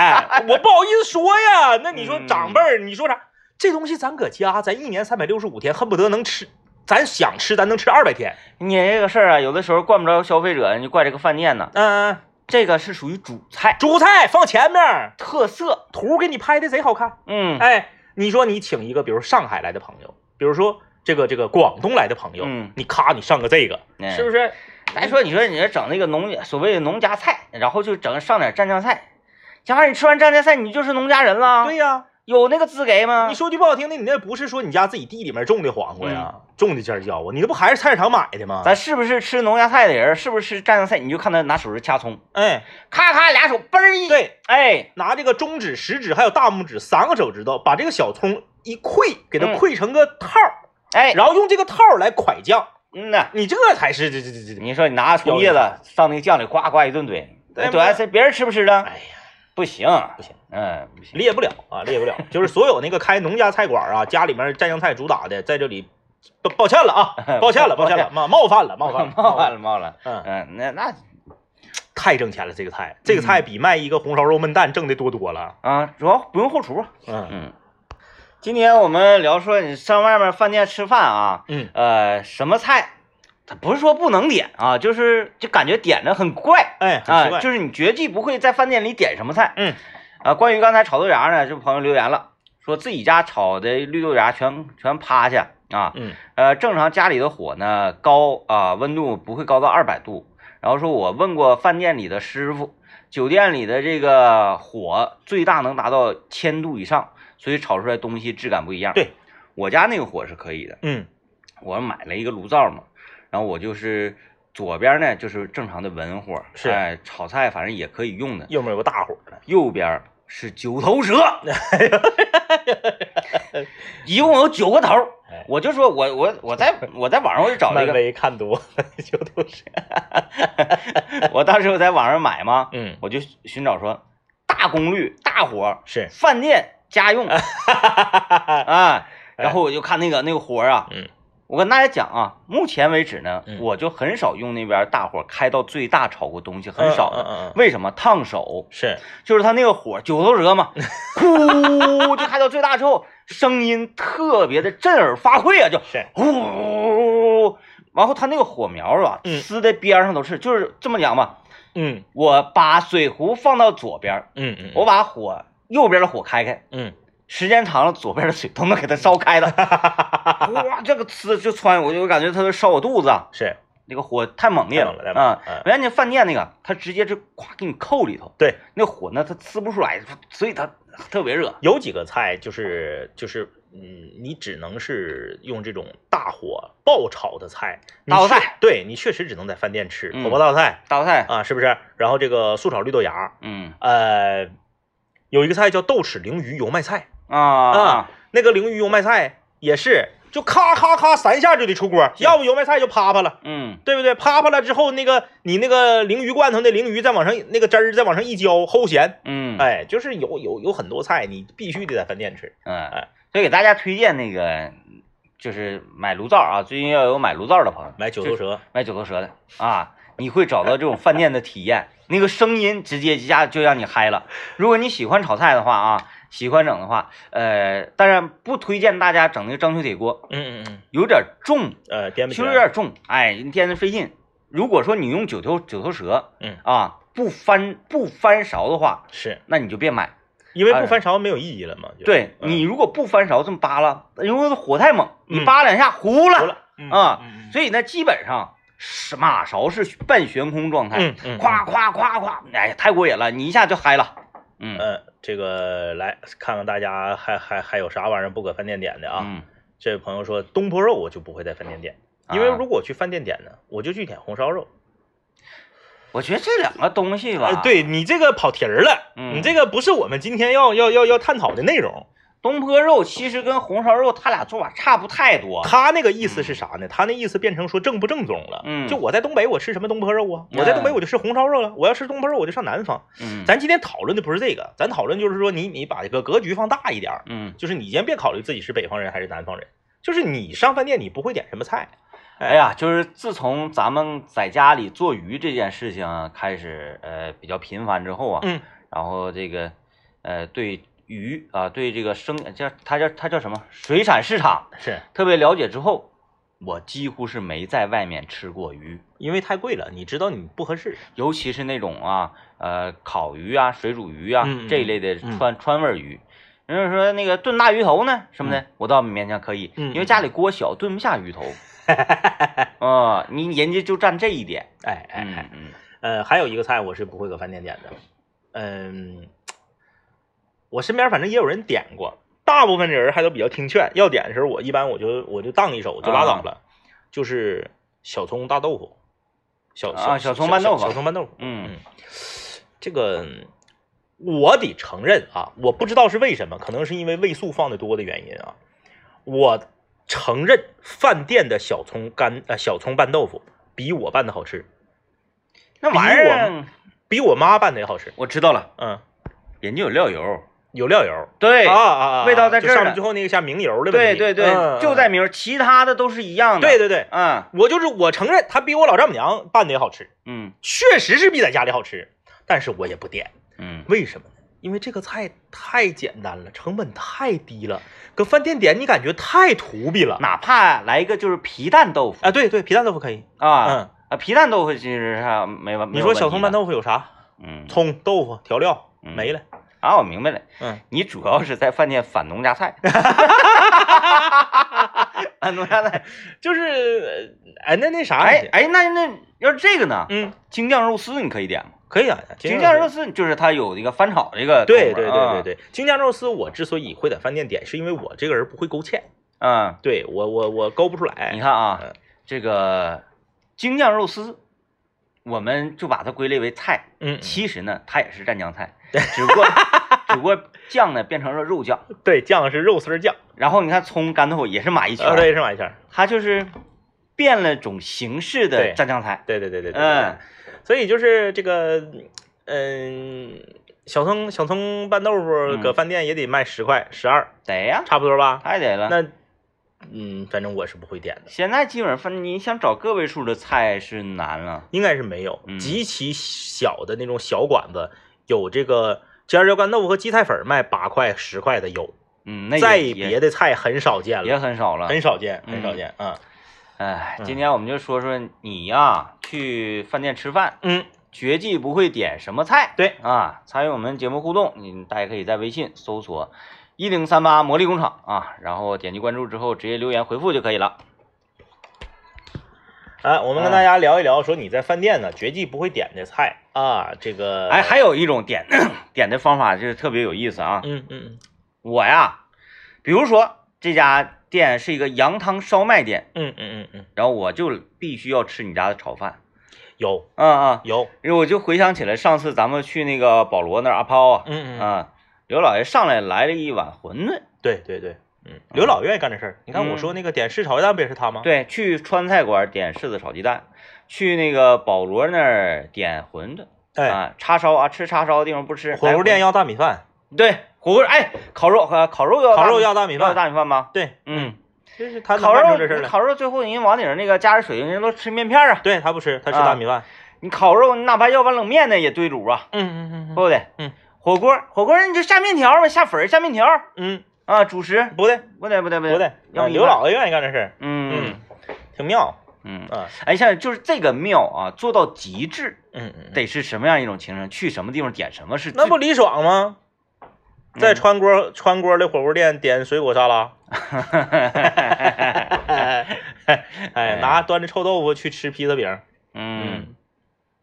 S1: 我不好意思说呀。那你说
S2: 嗯
S1: 长辈儿，你说啥？这东西咱搁家，咱一年三百六十五天，恨不得能吃，咱想吃，咱能吃二百天。
S2: 你这个事儿啊，有的时候怪不着消费者，你就怪这个饭店呢。
S1: 嗯、
S2: 这个是属于主菜
S1: 主菜放前面儿，
S2: 特色，
S1: 图给你拍的贼好看。
S2: 嗯
S1: 哎，你说你请一个，比如上海来的朋友，比如说这个这个广东来的朋友，
S2: 嗯
S1: 你咔你上个这个，
S2: 哎
S1: 是不是？
S2: 咱说，你说你这整那个农所谓的农家菜，然后就整上点蘸酱菜，加上你吃完蘸酱菜，你就是农家人了。
S1: 对，呀、
S2: 有那个资格吗？
S1: 你说句不好听的，你那不是说你家自己地里面种的黄瓜呀，种的尖椒啊，你那不还是菜市场买的吗？
S2: 嗯咱是不是吃农家菜的人？是不是吃蘸酱菜？你就看他拿手指掐葱，
S1: 哎，
S2: 咔咔俩手嘣儿一，
S1: 对，
S2: 哎，
S1: 拿这个中指、食指还有大拇指三个手指头，把这个小葱一溃，给它溃成个套儿，
S2: 嗯哎，
S1: 然后用这个套儿来蒯酱，
S2: 嗯呐，
S1: 你这才是这这这这这。
S2: 你说你拿葱叶子上那个酱里呱呱一顿怼，
S1: 对
S2: 哎怼完这别人吃不吃呢？
S1: 哎呀，
S2: 不行，
S1: 不行，
S2: 嗯，不行，
S1: 列不了啊，列不了。就是所有那个开农家菜馆啊，家里面蘸酱菜主打的，在这里抱抱歉了啊，抱 歉了， 抱歉了，冒冒犯了，冒犯了，
S2: 冒犯
S1: 了。
S2: 了，冒了，
S1: 嗯，
S2: 嗯，那那
S1: 太挣钱了，这个菜，这个菜比卖一个红烧肉焖蛋挣的多多了。
S2: 啊，主要不用后厨，
S1: 嗯
S2: 嗯。今天我们聊说你上外面饭店吃饭啊，
S1: 嗯，
S2: 呃，什么菜，它不是说不能点啊，就是就感觉点的很怪
S1: 哎，很奇
S2: 啊，
S1: 怪，
S2: 就是你绝技不会在饭店里点什么菜。
S1: 嗯，
S2: 啊，关于刚才炒豆芽呢，这朋友留言了，说自己家炒的绿豆芽全全趴下啊，
S1: 嗯
S2: 呃，正常家里的火呢高啊、温度不会高到二百度，然后说我问过饭店里的师傅，酒店里的这个火最大能达到千度以上，所以炒出来东西质感不一样。
S1: 对，
S2: 我家那个火是可以的。
S1: 嗯
S2: 我买了一个炉灶嘛，然后我就是左边呢就是正常的文火，
S1: 是
S2: 哎，炒菜反正也可以用的，
S1: 右面有个大火呢，
S2: 右边是九头蛇，
S1: 哎
S2: 一共有九个头儿
S1: 哎。
S2: 我就说我我我 在我在网上我就找了
S1: 漫
S2: 一个，
S1: 威看多了 就都是。
S2: 我当时我在网上买嘛，
S1: 嗯，
S2: 我就寻找说大功率大火
S1: 是，
S2: 饭店家用 啊，然后我就看那个那个火啊，
S1: 哎嗯，
S2: 我跟大家讲啊，目前为止呢，
S1: 嗯
S2: 我就很少用那边大火开到最大炒过东西，很少的。
S1: 嗯嗯嗯，
S2: 为什么烫手？
S1: 是，
S2: 就是它那个火九头 蛇嘛，呼就开到最大之后，声音特别的震耳发聩啊，就是呼。然后它那个火苗啊，
S1: 嗯
S2: 呲在边上都是，就是这么讲吧。
S1: 嗯
S2: 我把水壶放到左边，
S1: 嗯嗯，
S2: 我把火右边的火开开，
S1: 嗯
S2: 时间长了，左边的嘴都能给它烧 开的。哇，这个呲就窜，我就感觉它烧我肚子，啊
S1: 是
S2: 那个火太猛烈
S1: 太猛了太猛
S2: 啊
S1: 了！嗯
S2: 我看那饭店那个，它直接就咵给你扣里头，
S1: 对，
S2: 那火呢它呲不出来，所以它特别热。
S1: 有几个菜就是就是嗯，你只能是用这种大火爆炒的菜，你
S2: 大锅
S1: 确
S2: 菜，
S1: 对你确实只能在饭店吃
S2: 嗯
S1: 火爆大锅菜
S2: 大锅菜，
S1: 啊，是不是？然后这个素炒绿豆芽，
S2: 嗯
S1: 呃，有一个菜叫豆豉鲮鱼油麦菜，
S2: 啊啊，
S1: 那个鲮鱼油麦菜也是就咔咔咔三下就得出锅，要不油麦菜就啪啪了。
S2: 嗯
S1: 对不对？啪啪了之后，那个你那个鲮鱼罐头那鲮鱼再往上那个汁儿再往上一浇，齁咸。
S2: 嗯
S1: 哎，就是有有有很多菜你必须得在饭店吃。
S2: 嗯，所以给大家推荐那个就是买炉灶啊，最近要有买炉灶的朋友，
S1: 买九头蛇，
S2: 买九头蛇的啊，你会找到这种饭店的体验，那个声音直接一下就让你嗨了。如果你喜欢炒菜的话啊，喜欢整的话，呃，当然不推荐大家整那个章丘铁锅，
S1: 嗯嗯嗯，
S2: 有点重，
S1: 呃，颠不
S2: 其
S1: 起
S2: 实有
S1: 来。
S2: 点重，哎，你颠的费劲。如果说你用九头九头蛇，
S1: 嗯
S2: 啊，不翻不翻勺的话，
S1: 是
S2: 那你就别买。
S1: 因为不翻勺没有意义了嘛？就
S2: 对
S1: 嗯
S2: 你如果不翻勺这么扒拉，因为火太猛，你
S1: 嗯
S2: 扒两下糊
S1: 服
S2: 了，
S1: 了嗯
S2: 啊
S1: 嗯
S2: 所以呢，基本上是马勺是半悬空状态。
S1: 嗯嗯，
S2: 夸夸夸夸，哎呀，太过瘾了，你一下就嗨了。嗯
S1: 嗯，这个来看看大家还还还有啥玩意儿不搁饭店点的啊？
S2: 嗯，
S1: 这位朋友说东坡肉我就不会在饭店点，因为
S2: 啊
S1: 如果去饭店点呢，我就去点红烧肉。
S2: 我觉得这两个东西吧，
S1: 呃，，对你这个跑题儿了，
S2: 啊嗯
S1: 你这个不是我们今天要要要要探讨的内容。
S2: 东坡肉其实跟红烧肉它俩做法差不太多。
S1: 他那个意思是啥呢？他那意思变成说正不正宗了。
S2: 嗯
S1: 就我在东北，我吃什么东坡肉啊？
S2: 嗯
S1: 我在东北我就吃红烧肉了。我要吃东坡肉，我就上南方。
S2: 嗯，
S1: 咱今天讨论的不是这个，咱讨论就是说你你把这个格局放大一点儿，
S2: 嗯，
S1: 就是你先别考虑自己是北方人还是南方人，就是你上饭店你不会点什么菜。
S2: 哎呀，就是自从咱们在家里做鱼这件事情啊开始呃比较频繁之后啊，
S1: 嗯，
S2: 然后这个呃对鱼啊、对这个生叫它叫它叫什么水产市场
S1: 是
S2: 特别了解之后，我几乎是没在外面吃过鱼。
S1: 因为太贵了，你知道你不合适。
S2: 尤其是那种啊，呃，烤鱼啊、水煮鱼啊、
S1: 嗯嗯
S2: 这一类的
S1: 嗯
S2: 川、川味儿鱼。人家说那个炖大鱼头呢什么的，我倒勉强可以，
S1: 嗯
S2: 因
S1: 嗯
S2: 为家里锅小，炖不下鱼 头。啊、你人家就占这一点。
S1: 哎哎哎
S2: 嗯，嗯
S1: 呃，还有一个菜我是不会搁饭店点的，嗯，我身边反正也有人点过，大部分的人还都比较听劝，要点的时候我一般我就我就当一手就拉倒
S2: 啊
S1: 了，就是小葱大豆腐，小
S2: 啊小葱拌豆腐
S1: 小葱拌豆腐，
S2: 嗯
S1: 这个我得承认啊，我不知道是为什么，可能是因为味素放的多的原因啊，我承认饭店的小葱干呃小葱拌豆腐比我拌的好吃，
S2: 那玩意儿
S1: 比我妈拌的也好吃，
S2: 我知道了，
S1: 嗯。
S2: 人家有料油。
S1: 有料油，
S2: 对、
S1: 啊啊啊，
S2: 味道在
S1: 就
S2: 这儿
S1: 上
S2: 呢
S1: 面最后那个下明油的问
S2: 对
S1: 题
S2: 对对、
S1: 嗯
S2: 就在名儿，其他的都是一样的。
S1: 对，对对，
S2: 嗯
S1: 我就是我承认它比我老丈母娘拌的也好吃，
S2: 嗯
S1: 确实是比在家里好吃，但是我也不点，
S2: 嗯，
S1: 为什么呢？因为这个菜太简单了，成本太低了，搁饭店点你感觉太土逼了。
S2: 哪怕来一个就是皮蛋豆腐
S1: 啊，对对，皮蛋豆腐可以。
S2: 啊、
S1: 嗯，
S2: 啊，皮蛋豆腐其实还没完。
S1: 你
S2: 没有
S1: 说
S2: 问
S1: 小
S2: 题
S1: 葱拌
S2: 的，
S1: 豆腐有啥？
S2: 嗯，
S1: 葱、豆腐、调料
S2: 嗯
S1: 没了。
S2: 啊，我明白了，
S1: 嗯，
S2: 你主要是在饭店反农家 菜，啊，农家 菜，
S1: 就是呃哎，那那啥，
S2: 哎，哎，那那要是这个呢，
S1: 嗯，
S2: 京酱肉丝你可以点吗？
S1: 可以啊，
S2: 京酱
S1: 丝
S2: 肉丝就是它有一个翻炒这个，啊
S1: 对对对对
S2: 对，
S1: 对，京酱肉丝我之所以会在饭店点，是因为我这个人不会勾芡，
S2: 嗯，
S1: 对我我我勾不出来。
S2: 你，看啊
S1: 嗯，
S2: 这个京酱肉丝，我们就把它归类为菜，
S1: 嗯，
S2: 其实呢，它也是湛江 菜，只不过只不过酱呢变成了肉酱，
S1: 对，酱是肉丝儿酱，
S2: 然后你看葱干豆腐也是码一圈
S1: 啊，
S2: 儿，
S1: 对，是马一圈儿，
S2: 它就是变了种形式的
S1: 对
S2: 湛江菜。
S1: 对对对对对。
S2: 嗯，
S1: 对，所以就是这个，嗯，小葱小葱拌豆
S2: 嗯
S1: 腐搁饭店也得卖十块十二，
S2: 得呀，
S1: 差不多吧？
S2: 太得了。
S1: 那，嗯，反正我是不会点的，
S2: 现在基本上你想找个位数的菜是难了。
S1: 应该是没有
S2: 嗯，
S1: 极其小的那种小馆子有这个尖椒干豆腐和荠菜粉儿卖八块十块的有。
S2: 嗯，那也
S1: 再
S2: 也
S1: 别的菜很少见
S2: 也
S1: 了，
S2: 很少了。
S1: 很少见，
S2: 嗯
S1: 很少见啊。
S2: 哎，
S1: 嗯
S2: 今天我们就说说你呀、去饭店吃饭，
S1: 嗯，
S2: 绝技不会点什么菜。
S1: 对
S2: 啊，参与我们节目互动，你大家可以在微信搜索一零三八魔力工厂啊，然后点击关注之后直接留言回复就可以了。
S1: 啊，我们跟大家聊一聊，说你在饭店呢，绝技不会点的菜啊，这个，
S2: 哎，，还有一种点 点的方法就是特别有意思啊，
S1: 嗯嗯
S2: 我呀，比如说这家店是一个羊汤烧麦店，
S1: 嗯嗯嗯嗯，
S2: 然后我就必须要吃你家的炒饭。
S1: 有
S2: 嗯嗯，
S1: 有，
S2: 因为我就回想起来上次咱们去那个保罗那儿阿抛啊，
S1: 嗯嗯，
S2: 啊，刘老爷上来来了一碗馄饨，
S1: 对对对，嗯，刘老愿意干这事儿，你看我
S2: 嗯
S1: 说那个点市炒鸡蛋不也是他吗？
S2: 对，去川菜馆点柿子炒鸡蛋，去那个保罗那儿点馄饨，
S1: 哎，
S2: 啊，叉烧啊，吃叉烧的地方不吃，
S1: 火
S2: 来
S1: 锅
S2: 馄
S1: 店要大米饭，
S2: 饨对火锅，哎，烤肉呃烤肉要
S1: 烤肉
S2: 大
S1: 要大米
S2: 米要
S1: 饭，
S2: 大米饭吗？
S1: 对，
S2: 嗯，
S1: 就是他能
S2: 烤
S1: 干
S2: 肉
S1: 出这事儿来，
S2: 烤肉最后人家王鼎那个加点水，人家都吃面片儿啊，
S1: 对他不吃，他吃
S2: 啊
S1: 大米饭，
S2: 你烤肉，你哪怕要碗冷面呢，也堆卤啊，
S1: 嗯嗯
S2: 对不对？
S1: 嗯，
S2: 火锅，火锅你就下面条呗，下粉儿，下面条儿
S1: 嗯
S2: 啊，主食
S1: 嗯，，不对
S2: 不对不对不
S1: 不
S2: 对，
S1: 对，
S2: 要
S1: 啊
S2: 不一
S1: 刘
S2: 般
S1: 老爷愿意干这事儿，
S2: 嗯
S1: 挺妙，
S2: 嗯，
S1: 啊，
S2: 哎，像就是这个庙啊，做到极致
S1: 嗯嗯嗯，
S2: 得是什么样一种情况？去什么地方点什么是
S1: 那
S2: 最
S1: 不李爽吗？在
S2: 嗯
S1: 川锅川锅的火锅店点水果沙拉。 哎，拿端着臭豆腐去吃披萨饼。
S2: 嗯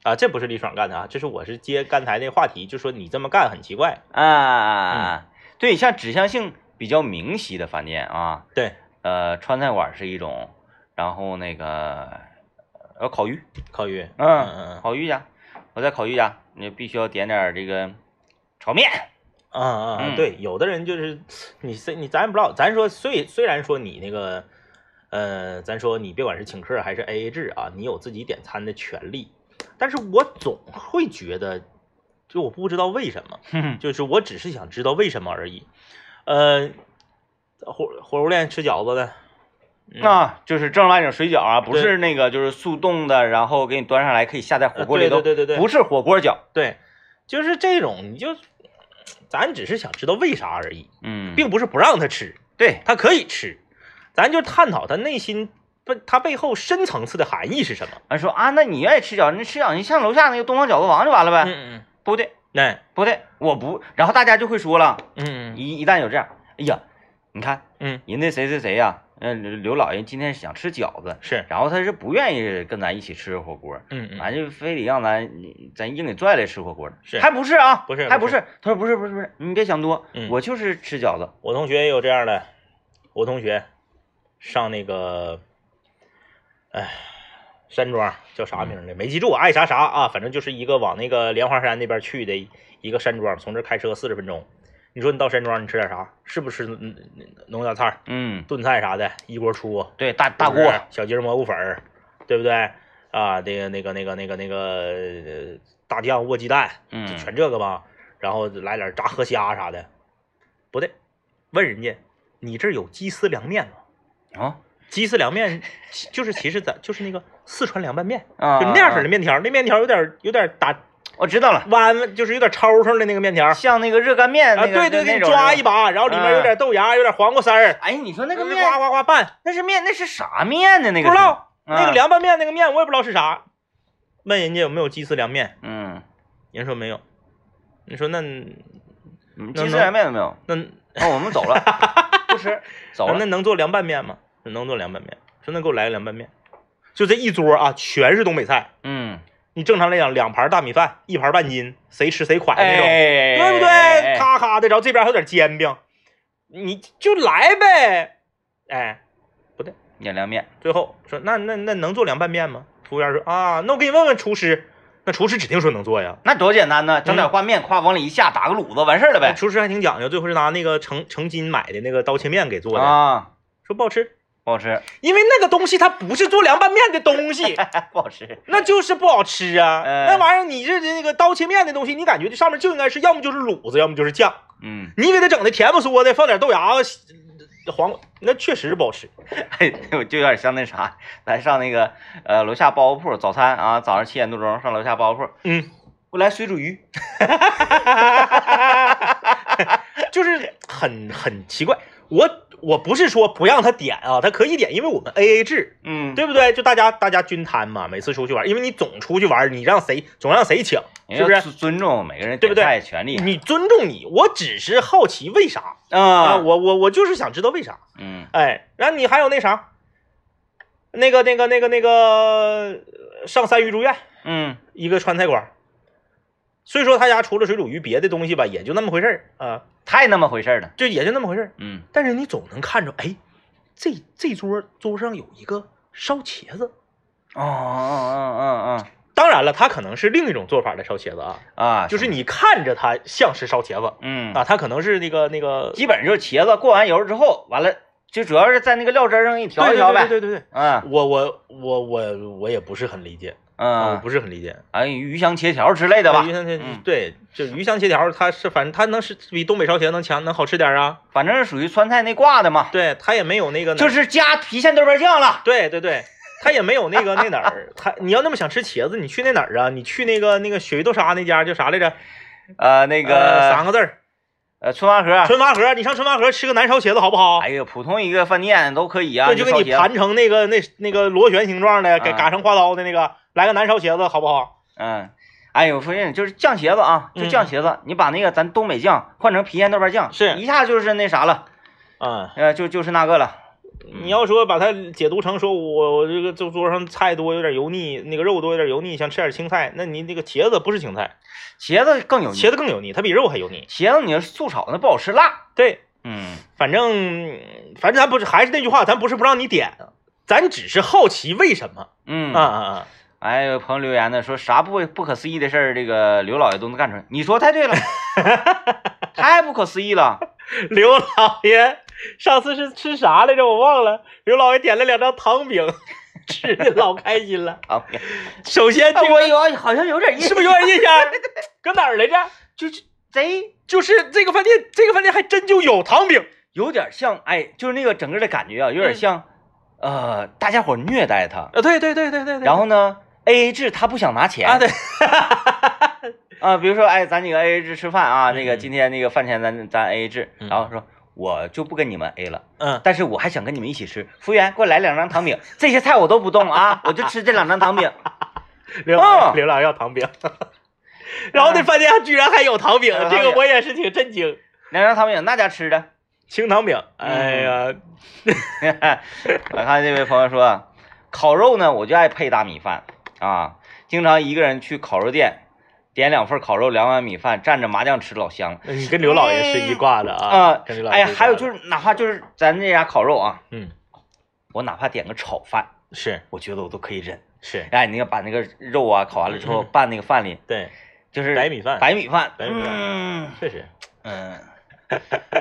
S1: 啊，这不是李爽干的啊，这是我是接刚才那话题，就说你这么干很奇怪。嗯
S2: 啊，对，像指向性比较明晰的饭店啊，
S1: 对，
S2: 呃，川菜馆是一种，然后那个呃烤鱼，
S1: 烤鱼，嗯嗯
S2: 烤鱼家，我在烤鱼家，你必须要点点这个炒面，
S1: 嗯嗯嗯，
S2: 嗯
S1: 对，有的人就是你虽你咱也不知道，咱说虽虽然说你那个，呃，咱说你别管是请客还是 AA 制啊，你有自己点餐的权利，但是我总会觉得，就我不知道为什么。
S2: 哼
S1: 就是我只是想知道为什么而已。呃，火火锅店吃饺子的，嗯
S2: 啊，就是正儿八经水饺啊，不
S1: 对
S2: 是那个就是速冻的，然后给你端上来可以下在火
S1: 呃
S2: 锅
S1: 对
S2: 里头，
S1: 对对对对，
S2: 不是火锅饺，
S1: 对，就是这种，你就咱只是想知道为啥而已，
S2: 嗯，
S1: 并不是不让他吃，
S2: 对，
S1: 他可以吃，咱就探讨他内心不他背后深层次的含义是什么。
S2: 完说啊，那你愿意吃饺子，你吃饺子，你上楼下那个东方饺子王就完了呗，
S1: 嗯，
S2: 不对
S1: 那
S2: 不对，我不，然后大家就会说了，
S1: 嗯嗯
S2: 一一旦有这样，哎呀，你看
S1: 嗯
S2: 人那谁谁谁呀、嗯、刘刘老爷今天想吃饺子，
S1: 是，
S2: 然后他是不愿意跟咱一起吃火锅，
S1: 嗯嗯
S2: 完就非得让咱咱硬给拽来吃火锅的，
S1: 是
S2: 还不是啊？
S1: 不是
S2: 还不
S1: 不是
S2: 是。他说不是不是不是，你别想多，
S1: 嗯
S2: 我就是吃饺子。
S1: 我同学也有这样的，我同学上那个，哎，山庄叫啥名儿来？没记住，爱啥啥啊，反正就是一个往那个莲花山那边去的一个山庄，从这儿开车四十分钟。你说你到山庄，你吃点啥？是不是嗯农家菜儿、
S2: 嗯，
S1: 炖菜啥的，一锅出，
S2: 对，大大锅
S1: 是不，啊是小鸡儿蘑菇粉儿，对不对？啊，那个那个那个那个那个呃大酱卧鸡蛋，
S2: 嗯
S1: 就全这个吧。然后来点炸河虾啥的，不对，问人家你这儿有鸡丝凉面吗？
S2: 啊
S1: 鸡丝凉面其就是其实咱就是那个四川凉拌面，
S2: 啊，
S1: 就那样式儿的
S2: 啊。
S1: 面条，那面条有点有点打
S2: 我知道了，
S1: 弯，就是有点抽抽的那个面条。啊，
S2: 像那个热干面那个
S1: 对对，
S2: 那
S1: 给你
S2: 种
S1: 抓
S2: 是吧
S1: 一把，然后里面有点豆芽，有点黄瓜丝儿，
S2: 哎，你说那个
S1: 就是
S2: 面，
S1: 呱呱呱拌，
S2: 那是面，那是啥面呢？那
S1: 不
S2: 个
S1: 知
S2: 是
S1: 道。那
S2: 啊
S1: 个凉拌面那个面我也不知道是啥，问人家有没有鸡丝凉面，
S2: 嗯，
S1: 人说没有，你说那
S2: 你们
S1: 那
S2: 鸡丝
S1: 能
S2: 凉面都没有？
S1: 那
S2: 那哦我们走了，不吃，走
S1: 啊那
S2: 了。
S1: 能做凉拌面吗？说能做凉拌面，说那给我来个凉拌面，就这一桌啊，全是东北菜。
S2: 嗯，
S1: 你正常来讲，两盘大米饭，一盘半斤，谁吃谁款的那种，
S2: 哎，
S1: 对不
S2: 哎哎
S1: 对？咔咔的，然后这边还有点煎饼，你就来呗。哎，
S2: 也凉面，
S1: 最后说那那那能做凉拌面吗？服务员说啊，那我给你问问厨师，那厨师指定说能做呀。
S2: 那多简单呢，整点挂面，夸往里一下，打个卤子，完事儿了
S1: 哎
S2: 呗。
S1: 厨师还挺讲究，最后是拿那个成成斤买的那个刀切面给做的，
S2: 啊，
S1: 说不好吃，
S2: 不好吃，
S1: 因为那个东西它不是做凉拌面的东西，
S2: 不好吃。
S1: 那就是不好吃啊。
S2: 嗯
S1: 那玩意儿你这这那个刀切面的东西，你感觉这上面就应该是要么就是卤子，要么就是酱，
S2: 嗯，
S1: 你给它整的甜不说的，放点豆芽子、黄瓜，那确实不好吃。
S2: 哎，就就有点像那啥，咱上那个呃楼下包子铺早餐啊，早上七点多钟上楼下包子铺，
S1: 嗯，
S2: 我来水煮鱼。
S1: 就是很很奇怪。我我不是说不让他点啊，他可以点，因为我们 A A 制，
S2: 嗯，
S1: 对不对？就大家大家均摊嘛，每次出去玩，因为你总出去玩，你让谁总让谁请，
S2: 你
S1: 是
S2: 要
S1: 不是？
S2: 尊尊重每个人
S1: 对不对
S2: 点菜的权利。啊
S1: 你尊重你，我只是好奇为啥。啊，
S2: 啊，
S1: 我我我就是想知道为啥。
S2: 嗯
S1: 哎，然后你还有那啥，那个那个那个那个呃上三榆住院
S2: 嗯
S1: 一个川菜馆儿，虽说他家除了水煮鱼，别的东西吧也就那么回事儿啊、
S2: 太那么回事儿了，
S1: 就也就那么回事儿。
S2: 嗯
S1: 但是你总能看着，哎，这这桌桌上有一个烧茄子。
S2: 哦哦哦哦
S1: 当然了，它可能是另一种做法的烧茄子啊，
S2: 哦啊，
S1: 就是你看着它像是烧茄子
S2: 嗯
S1: 啊，它可能是那个那个
S2: 基本就是茄子过完油之后，完了就主要是在那个料汁儿上一调一调呗。
S1: 对对对对对，
S2: 嗯
S1: 我我我我我也不是很理解，啊我
S2: 嗯，
S1: 不是很理解。
S2: 哎，鱼香茄条之类的吧
S1: 哎鱼，香茄
S2: 嗯
S1: 对，就鱼香茄条，它是反正它能是比东北烧茄子能强，能好吃点儿啊。
S2: 反正是属于川菜那挂的嘛，
S1: 对，它也没有那个哪儿，
S2: 就是加郫县豆瓣酱了。
S1: 对对对，它也没有那个那哪儿，它你要那么想吃茄子，你去那哪儿啊？你去那个那个鳕鱼豆沙那家叫啥来着？
S2: 呃，那
S1: 那呃、三
S2: 个
S1: 个字儿，
S2: 呃春花河，
S1: 春发河。你上春发河吃个南烧茄子好不好？
S2: 哎呀，普通一个饭店都可以啊，
S1: 对，就给你
S2: 烧茄子
S1: 盘成那个那那个螺旋形状的，给
S2: 啊
S1: 嘎成花刀的那个，来个南烧茄子好不好？
S2: 嗯，哎呦，我发现就是酱茄子啊，就
S1: 嗯
S2: 酱茄子，你把那个咱东北酱换成郫县豆瓣酱，
S1: 是
S2: 一下就是那啥了，
S1: 啊、
S2: 呃，就就是那个了。
S1: 你要说把它解读成说我我这个这桌上菜多有点油腻，那个肉多有点油腻，想吃点青菜，那你那个茄子不是青菜，
S2: 茄子更有腻，
S1: 茄子更油腻，它比肉还油腻。
S2: 茄子你要是素炒那不好吃辣。
S1: 对，
S2: 嗯
S1: 反正反正咱不是还是那句话，咱不是不让你点，咱只是好奇为什么。
S2: 嗯
S1: 啊啊啊！
S2: 哎，有朋友留言呢，说啥不不可思议的事儿，这个刘老爷都能干出来。你说太对 了，太不可思议了。
S1: 刘老爷上次是吃啥来着？我忘了。刘老爷点了两张糖饼，吃的老开心 了。
S2: 啊，别
S1: 首先
S2: 哎
S1: 这
S2: 我有好像有点意
S1: 个是
S2: 思，
S1: 不是有点印象？ 搁哪儿来着？
S2: 就是贼
S1: 就是这个饭店，这个饭店还真就有糖饼。
S2: 有点像，哎，就是那个整个的感觉啊，有点像，呃，大家伙虐待他，
S1: 啊，对对对对对对。
S2: 然后呢，A A 制他不想拿钱
S1: 啊，对，
S2: 啊比如说哎，咱几个 A A 制吃饭啊，那个
S1: 嗯
S2: 今天那个饭钱咱咱 A A 制，
S1: 嗯
S2: 然后说我就不跟你们 A 了。
S1: 嗯，
S2: 但是我还想跟你们一起吃。服务员，给我来两张糖饼，这些菜我都不动啊，我就吃这两张糖饼。
S1: 刘老
S2: 哦
S1: 爷刘老爷要糖饼。 然后那饭店居然还有嗯糖饼
S2: 有，糖饼
S1: 这个我也是挺震惊。
S2: 两张糖饼，那家吃的。
S1: 清糖饼，哎呀，
S2: 我看这位朋友说，烤肉呢，我就爱配大米饭啊，经常一个人去烤肉店，点两份烤肉，两碗米饭，蘸着麻酱吃老香了。
S1: 你跟刘老爷是一挂的啊
S2: 啊、
S1: 跟刘老
S2: 哎
S1: 爷
S2: 呀
S1: 是一挂的。，
S2: 还有就是，哪怕就是咱这家烤肉啊，
S1: 嗯，
S2: 我哪怕点个炒饭，
S1: 是
S2: 我觉得我都可以忍。
S1: 是，
S2: 哎，你要把那个肉啊烤完了之后
S1: 嗯
S2: 拌那个饭里，
S1: 对，
S2: 就是
S1: 白米饭
S2: 白米饭，
S1: 白米饭
S2: 嗯
S1: 确实。
S2: 嗯，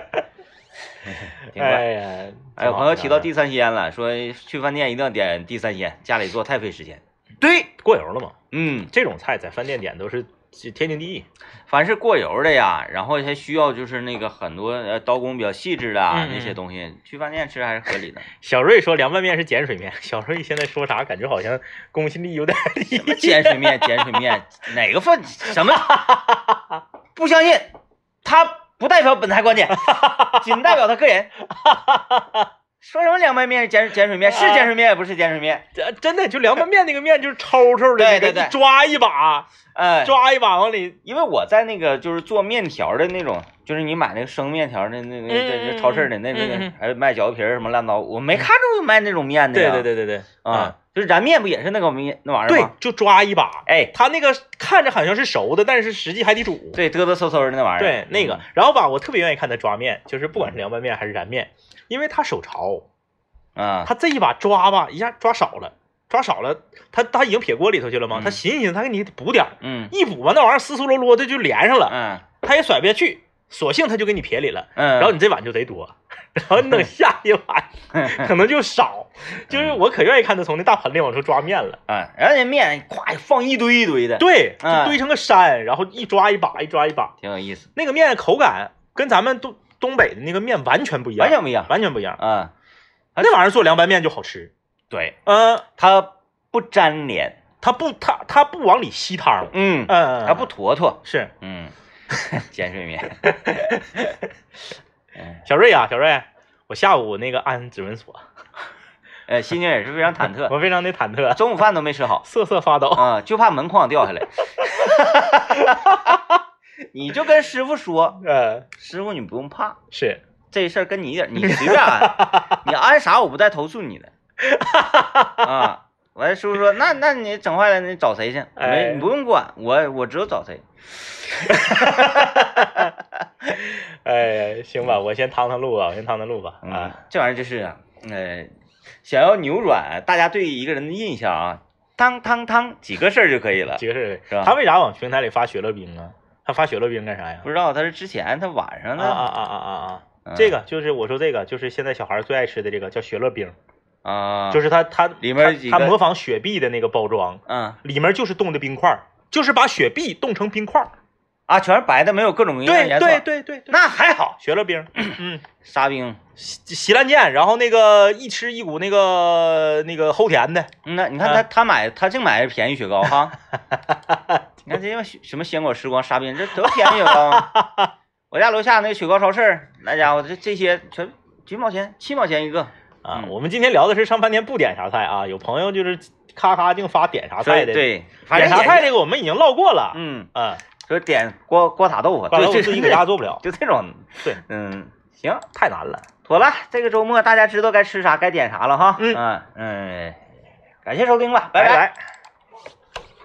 S2: 挺怪。
S1: 哎呀，
S2: 哎，有朋友提到
S1: 地
S2: 地三鲜了，说去饭店一定要点地三鲜，家里做太费时间。对，
S1: 过油了嘛，
S2: 嗯，
S1: 这种菜在饭店点都是天经地义。
S2: 凡是过油的呀，然后还需要就是那个很多呃刀工比较细致的啊
S1: 嗯嗯
S2: 那些东西，去饭店吃还是合 理的。
S1: 小瑞说凉拌面是碱水面，小瑞现在说啥感觉好像公信力有点低
S2: 什。么碱水面，碱水面，哪个饭什么？ 不相信，他不代表本台观点，仅代表他个人。 说什么凉拌面是碱水碱水面，是碱水面也不是碱水面，
S1: 这真的就凉拌面那个面就是抽抽的，
S2: 对
S1: 那个
S2: 对对
S1: 一抓一把，
S2: 哎，
S1: 抓一把往里。
S2: 因为我在那个就是做面条的那种，就是你买那个生面条的那那
S1: 嗯
S2: 那那超市的那
S1: 嗯
S2: 那
S1: 嗯
S2: 那
S1: 嗯，
S2: 还有卖饺子皮儿什么烂糟，我没看着有卖那种面的
S1: 对
S2: 呀。
S1: 对对对对，
S2: 啊，就是燃面不也是那个面那玩意儿
S1: 对
S2: 吗？，
S1: 就抓一把。
S2: 哎，
S1: 它那个看着好像是熟的，但是实际还得煮。
S2: 对，嗯嘚嘚嗖嗖的那玩意儿。
S1: 对，那个，然后吧，我特别愿意看他抓面，就是不管是凉拌面还是燃面，因为他手潮，
S2: 嗯啊，
S1: 他这一把抓吧，一下抓少了，抓少了，他他已经撇锅里头去了嘛，他
S2: 嗯
S1: 寻思寻思，他给你补点儿，
S2: 嗯
S1: 一补吧，那玩意儿丝丝罗罗的就连上了，
S2: 嗯
S1: 他也甩不下去，索性他就给你撇里了，
S2: 嗯，
S1: 啊然后你这碗就贼多， 然后 你等下一碗
S2: 嗯
S1: 可能就少，就是我可愿意看他从那大盆里往出抓面了，
S2: 啊，然后那面咵放一堆一堆的，
S1: 对，
S2: 嗯
S1: 就堆成个山，然后一抓一把，一抓一把，
S2: 挺有意思，
S1: 那个面口感跟咱们东东北的那个面完全不一样
S2: 完。全不一样
S1: 完全不一样。
S2: 啊。
S1: 那玩意儿做凉拌面就好吃。
S2: 对，
S1: 嗯，
S2: 它不粘连，
S1: 它不，它它不往里吸汤。
S2: 嗯，
S1: 嗯，
S2: 它不坨坨，
S1: 是
S2: 嗯，碱水面，嗯
S1: 小瑞啊，小瑞，我下午那个按指纹 锁，
S2: 呃，心情也是非常忐忑，
S1: 我非常的忐忑，
S2: 中午饭都没吃好。
S1: 瑟瑟发抖。
S2: 啊、就怕门框掉下来。 你就跟师傅说，
S1: 嗯，
S2: 师傅你不用怕，
S1: 呃是
S2: 这事儿跟你一点，你随便安，你安啥我不带投诉你的。啊，完师傅说那那你整坏了你找谁去？
S1: 哎
S2: 没你不用管我，我知道找谁。
S1: 哎，行吧，我先趟趟路吧，啊我先趟趟路吧。
S2: 嗯
S1: 啊，，
S2: 这玩意儿就是啊，呃，想要扭转大家对一个人的印象啊，当当当几个事儿就可 以了。
S1: 几个事
S2: 是吧
S1: 儿，他为啥往平台里发雪乐冰啊？他发雪乐冰干啥呀
S2: 不？知道他是之前他晚上
S1: 啊啊
S2: 呢，
S1: 啊啊啊啊！
S2: 嗯
S1: 这个就是我说这个就是现在小孩儿最爱吃的这个叫雪乐冰，
S2: 啊，
S1: 就是是它它
S2: 里面几
S1: 它
S2: 个
S1: 它模仿雪碧的那个包装，
S2: 嗯
S1: 里面就是冻的冰块儿，就是把雪碧冻成冰块儿。
S2: 啊，全是白的，没有各种各样的
S1: 对
S2: 颜色。
S1: 对对对对，
S2: 那还好，
S1: 雪乐冰，嗯，
S2: 沙冰。
S1: 洗洗烂剑，然后那个一吃一股那个那个齁甜的，啊
S2: 嗯那你看他、他买他净买便宜雪 糕哈，你看这些什么鲜果时光沙冰，这多便宜雪糕啊！我家楼下那雪糕超市儿，那家伙这这些全几毛钱，七毛钱一个。
S1: 啊，
S2: 嗯
S1: 我们今天聊的是上半天不点啥菜啊，有朋友就是咔咔净发点啥菜的，，
S2: 对，反
S1: 点
S2: 正
S1: 啥
S2: 也
S1: 菜
S2: 是
S1: 这个我们已经唠过了，
S2: 嗯，
S1: 嗯，
S2: 说点锅锅塔 豆腐，
S1: 完了我
S2: 对，
S1: 自己
S2: 给
S1: 搁家做不了，
S2: 就这种。
S1: 对，
S2: 嗯，行，
S1: 太难了，
S2: 妥了，这个周末大家知道该吃啥，该点啥了哈。啊
S1: 嗯
S2: 嗯嗯，感谢收听吧，拜
S1: 拜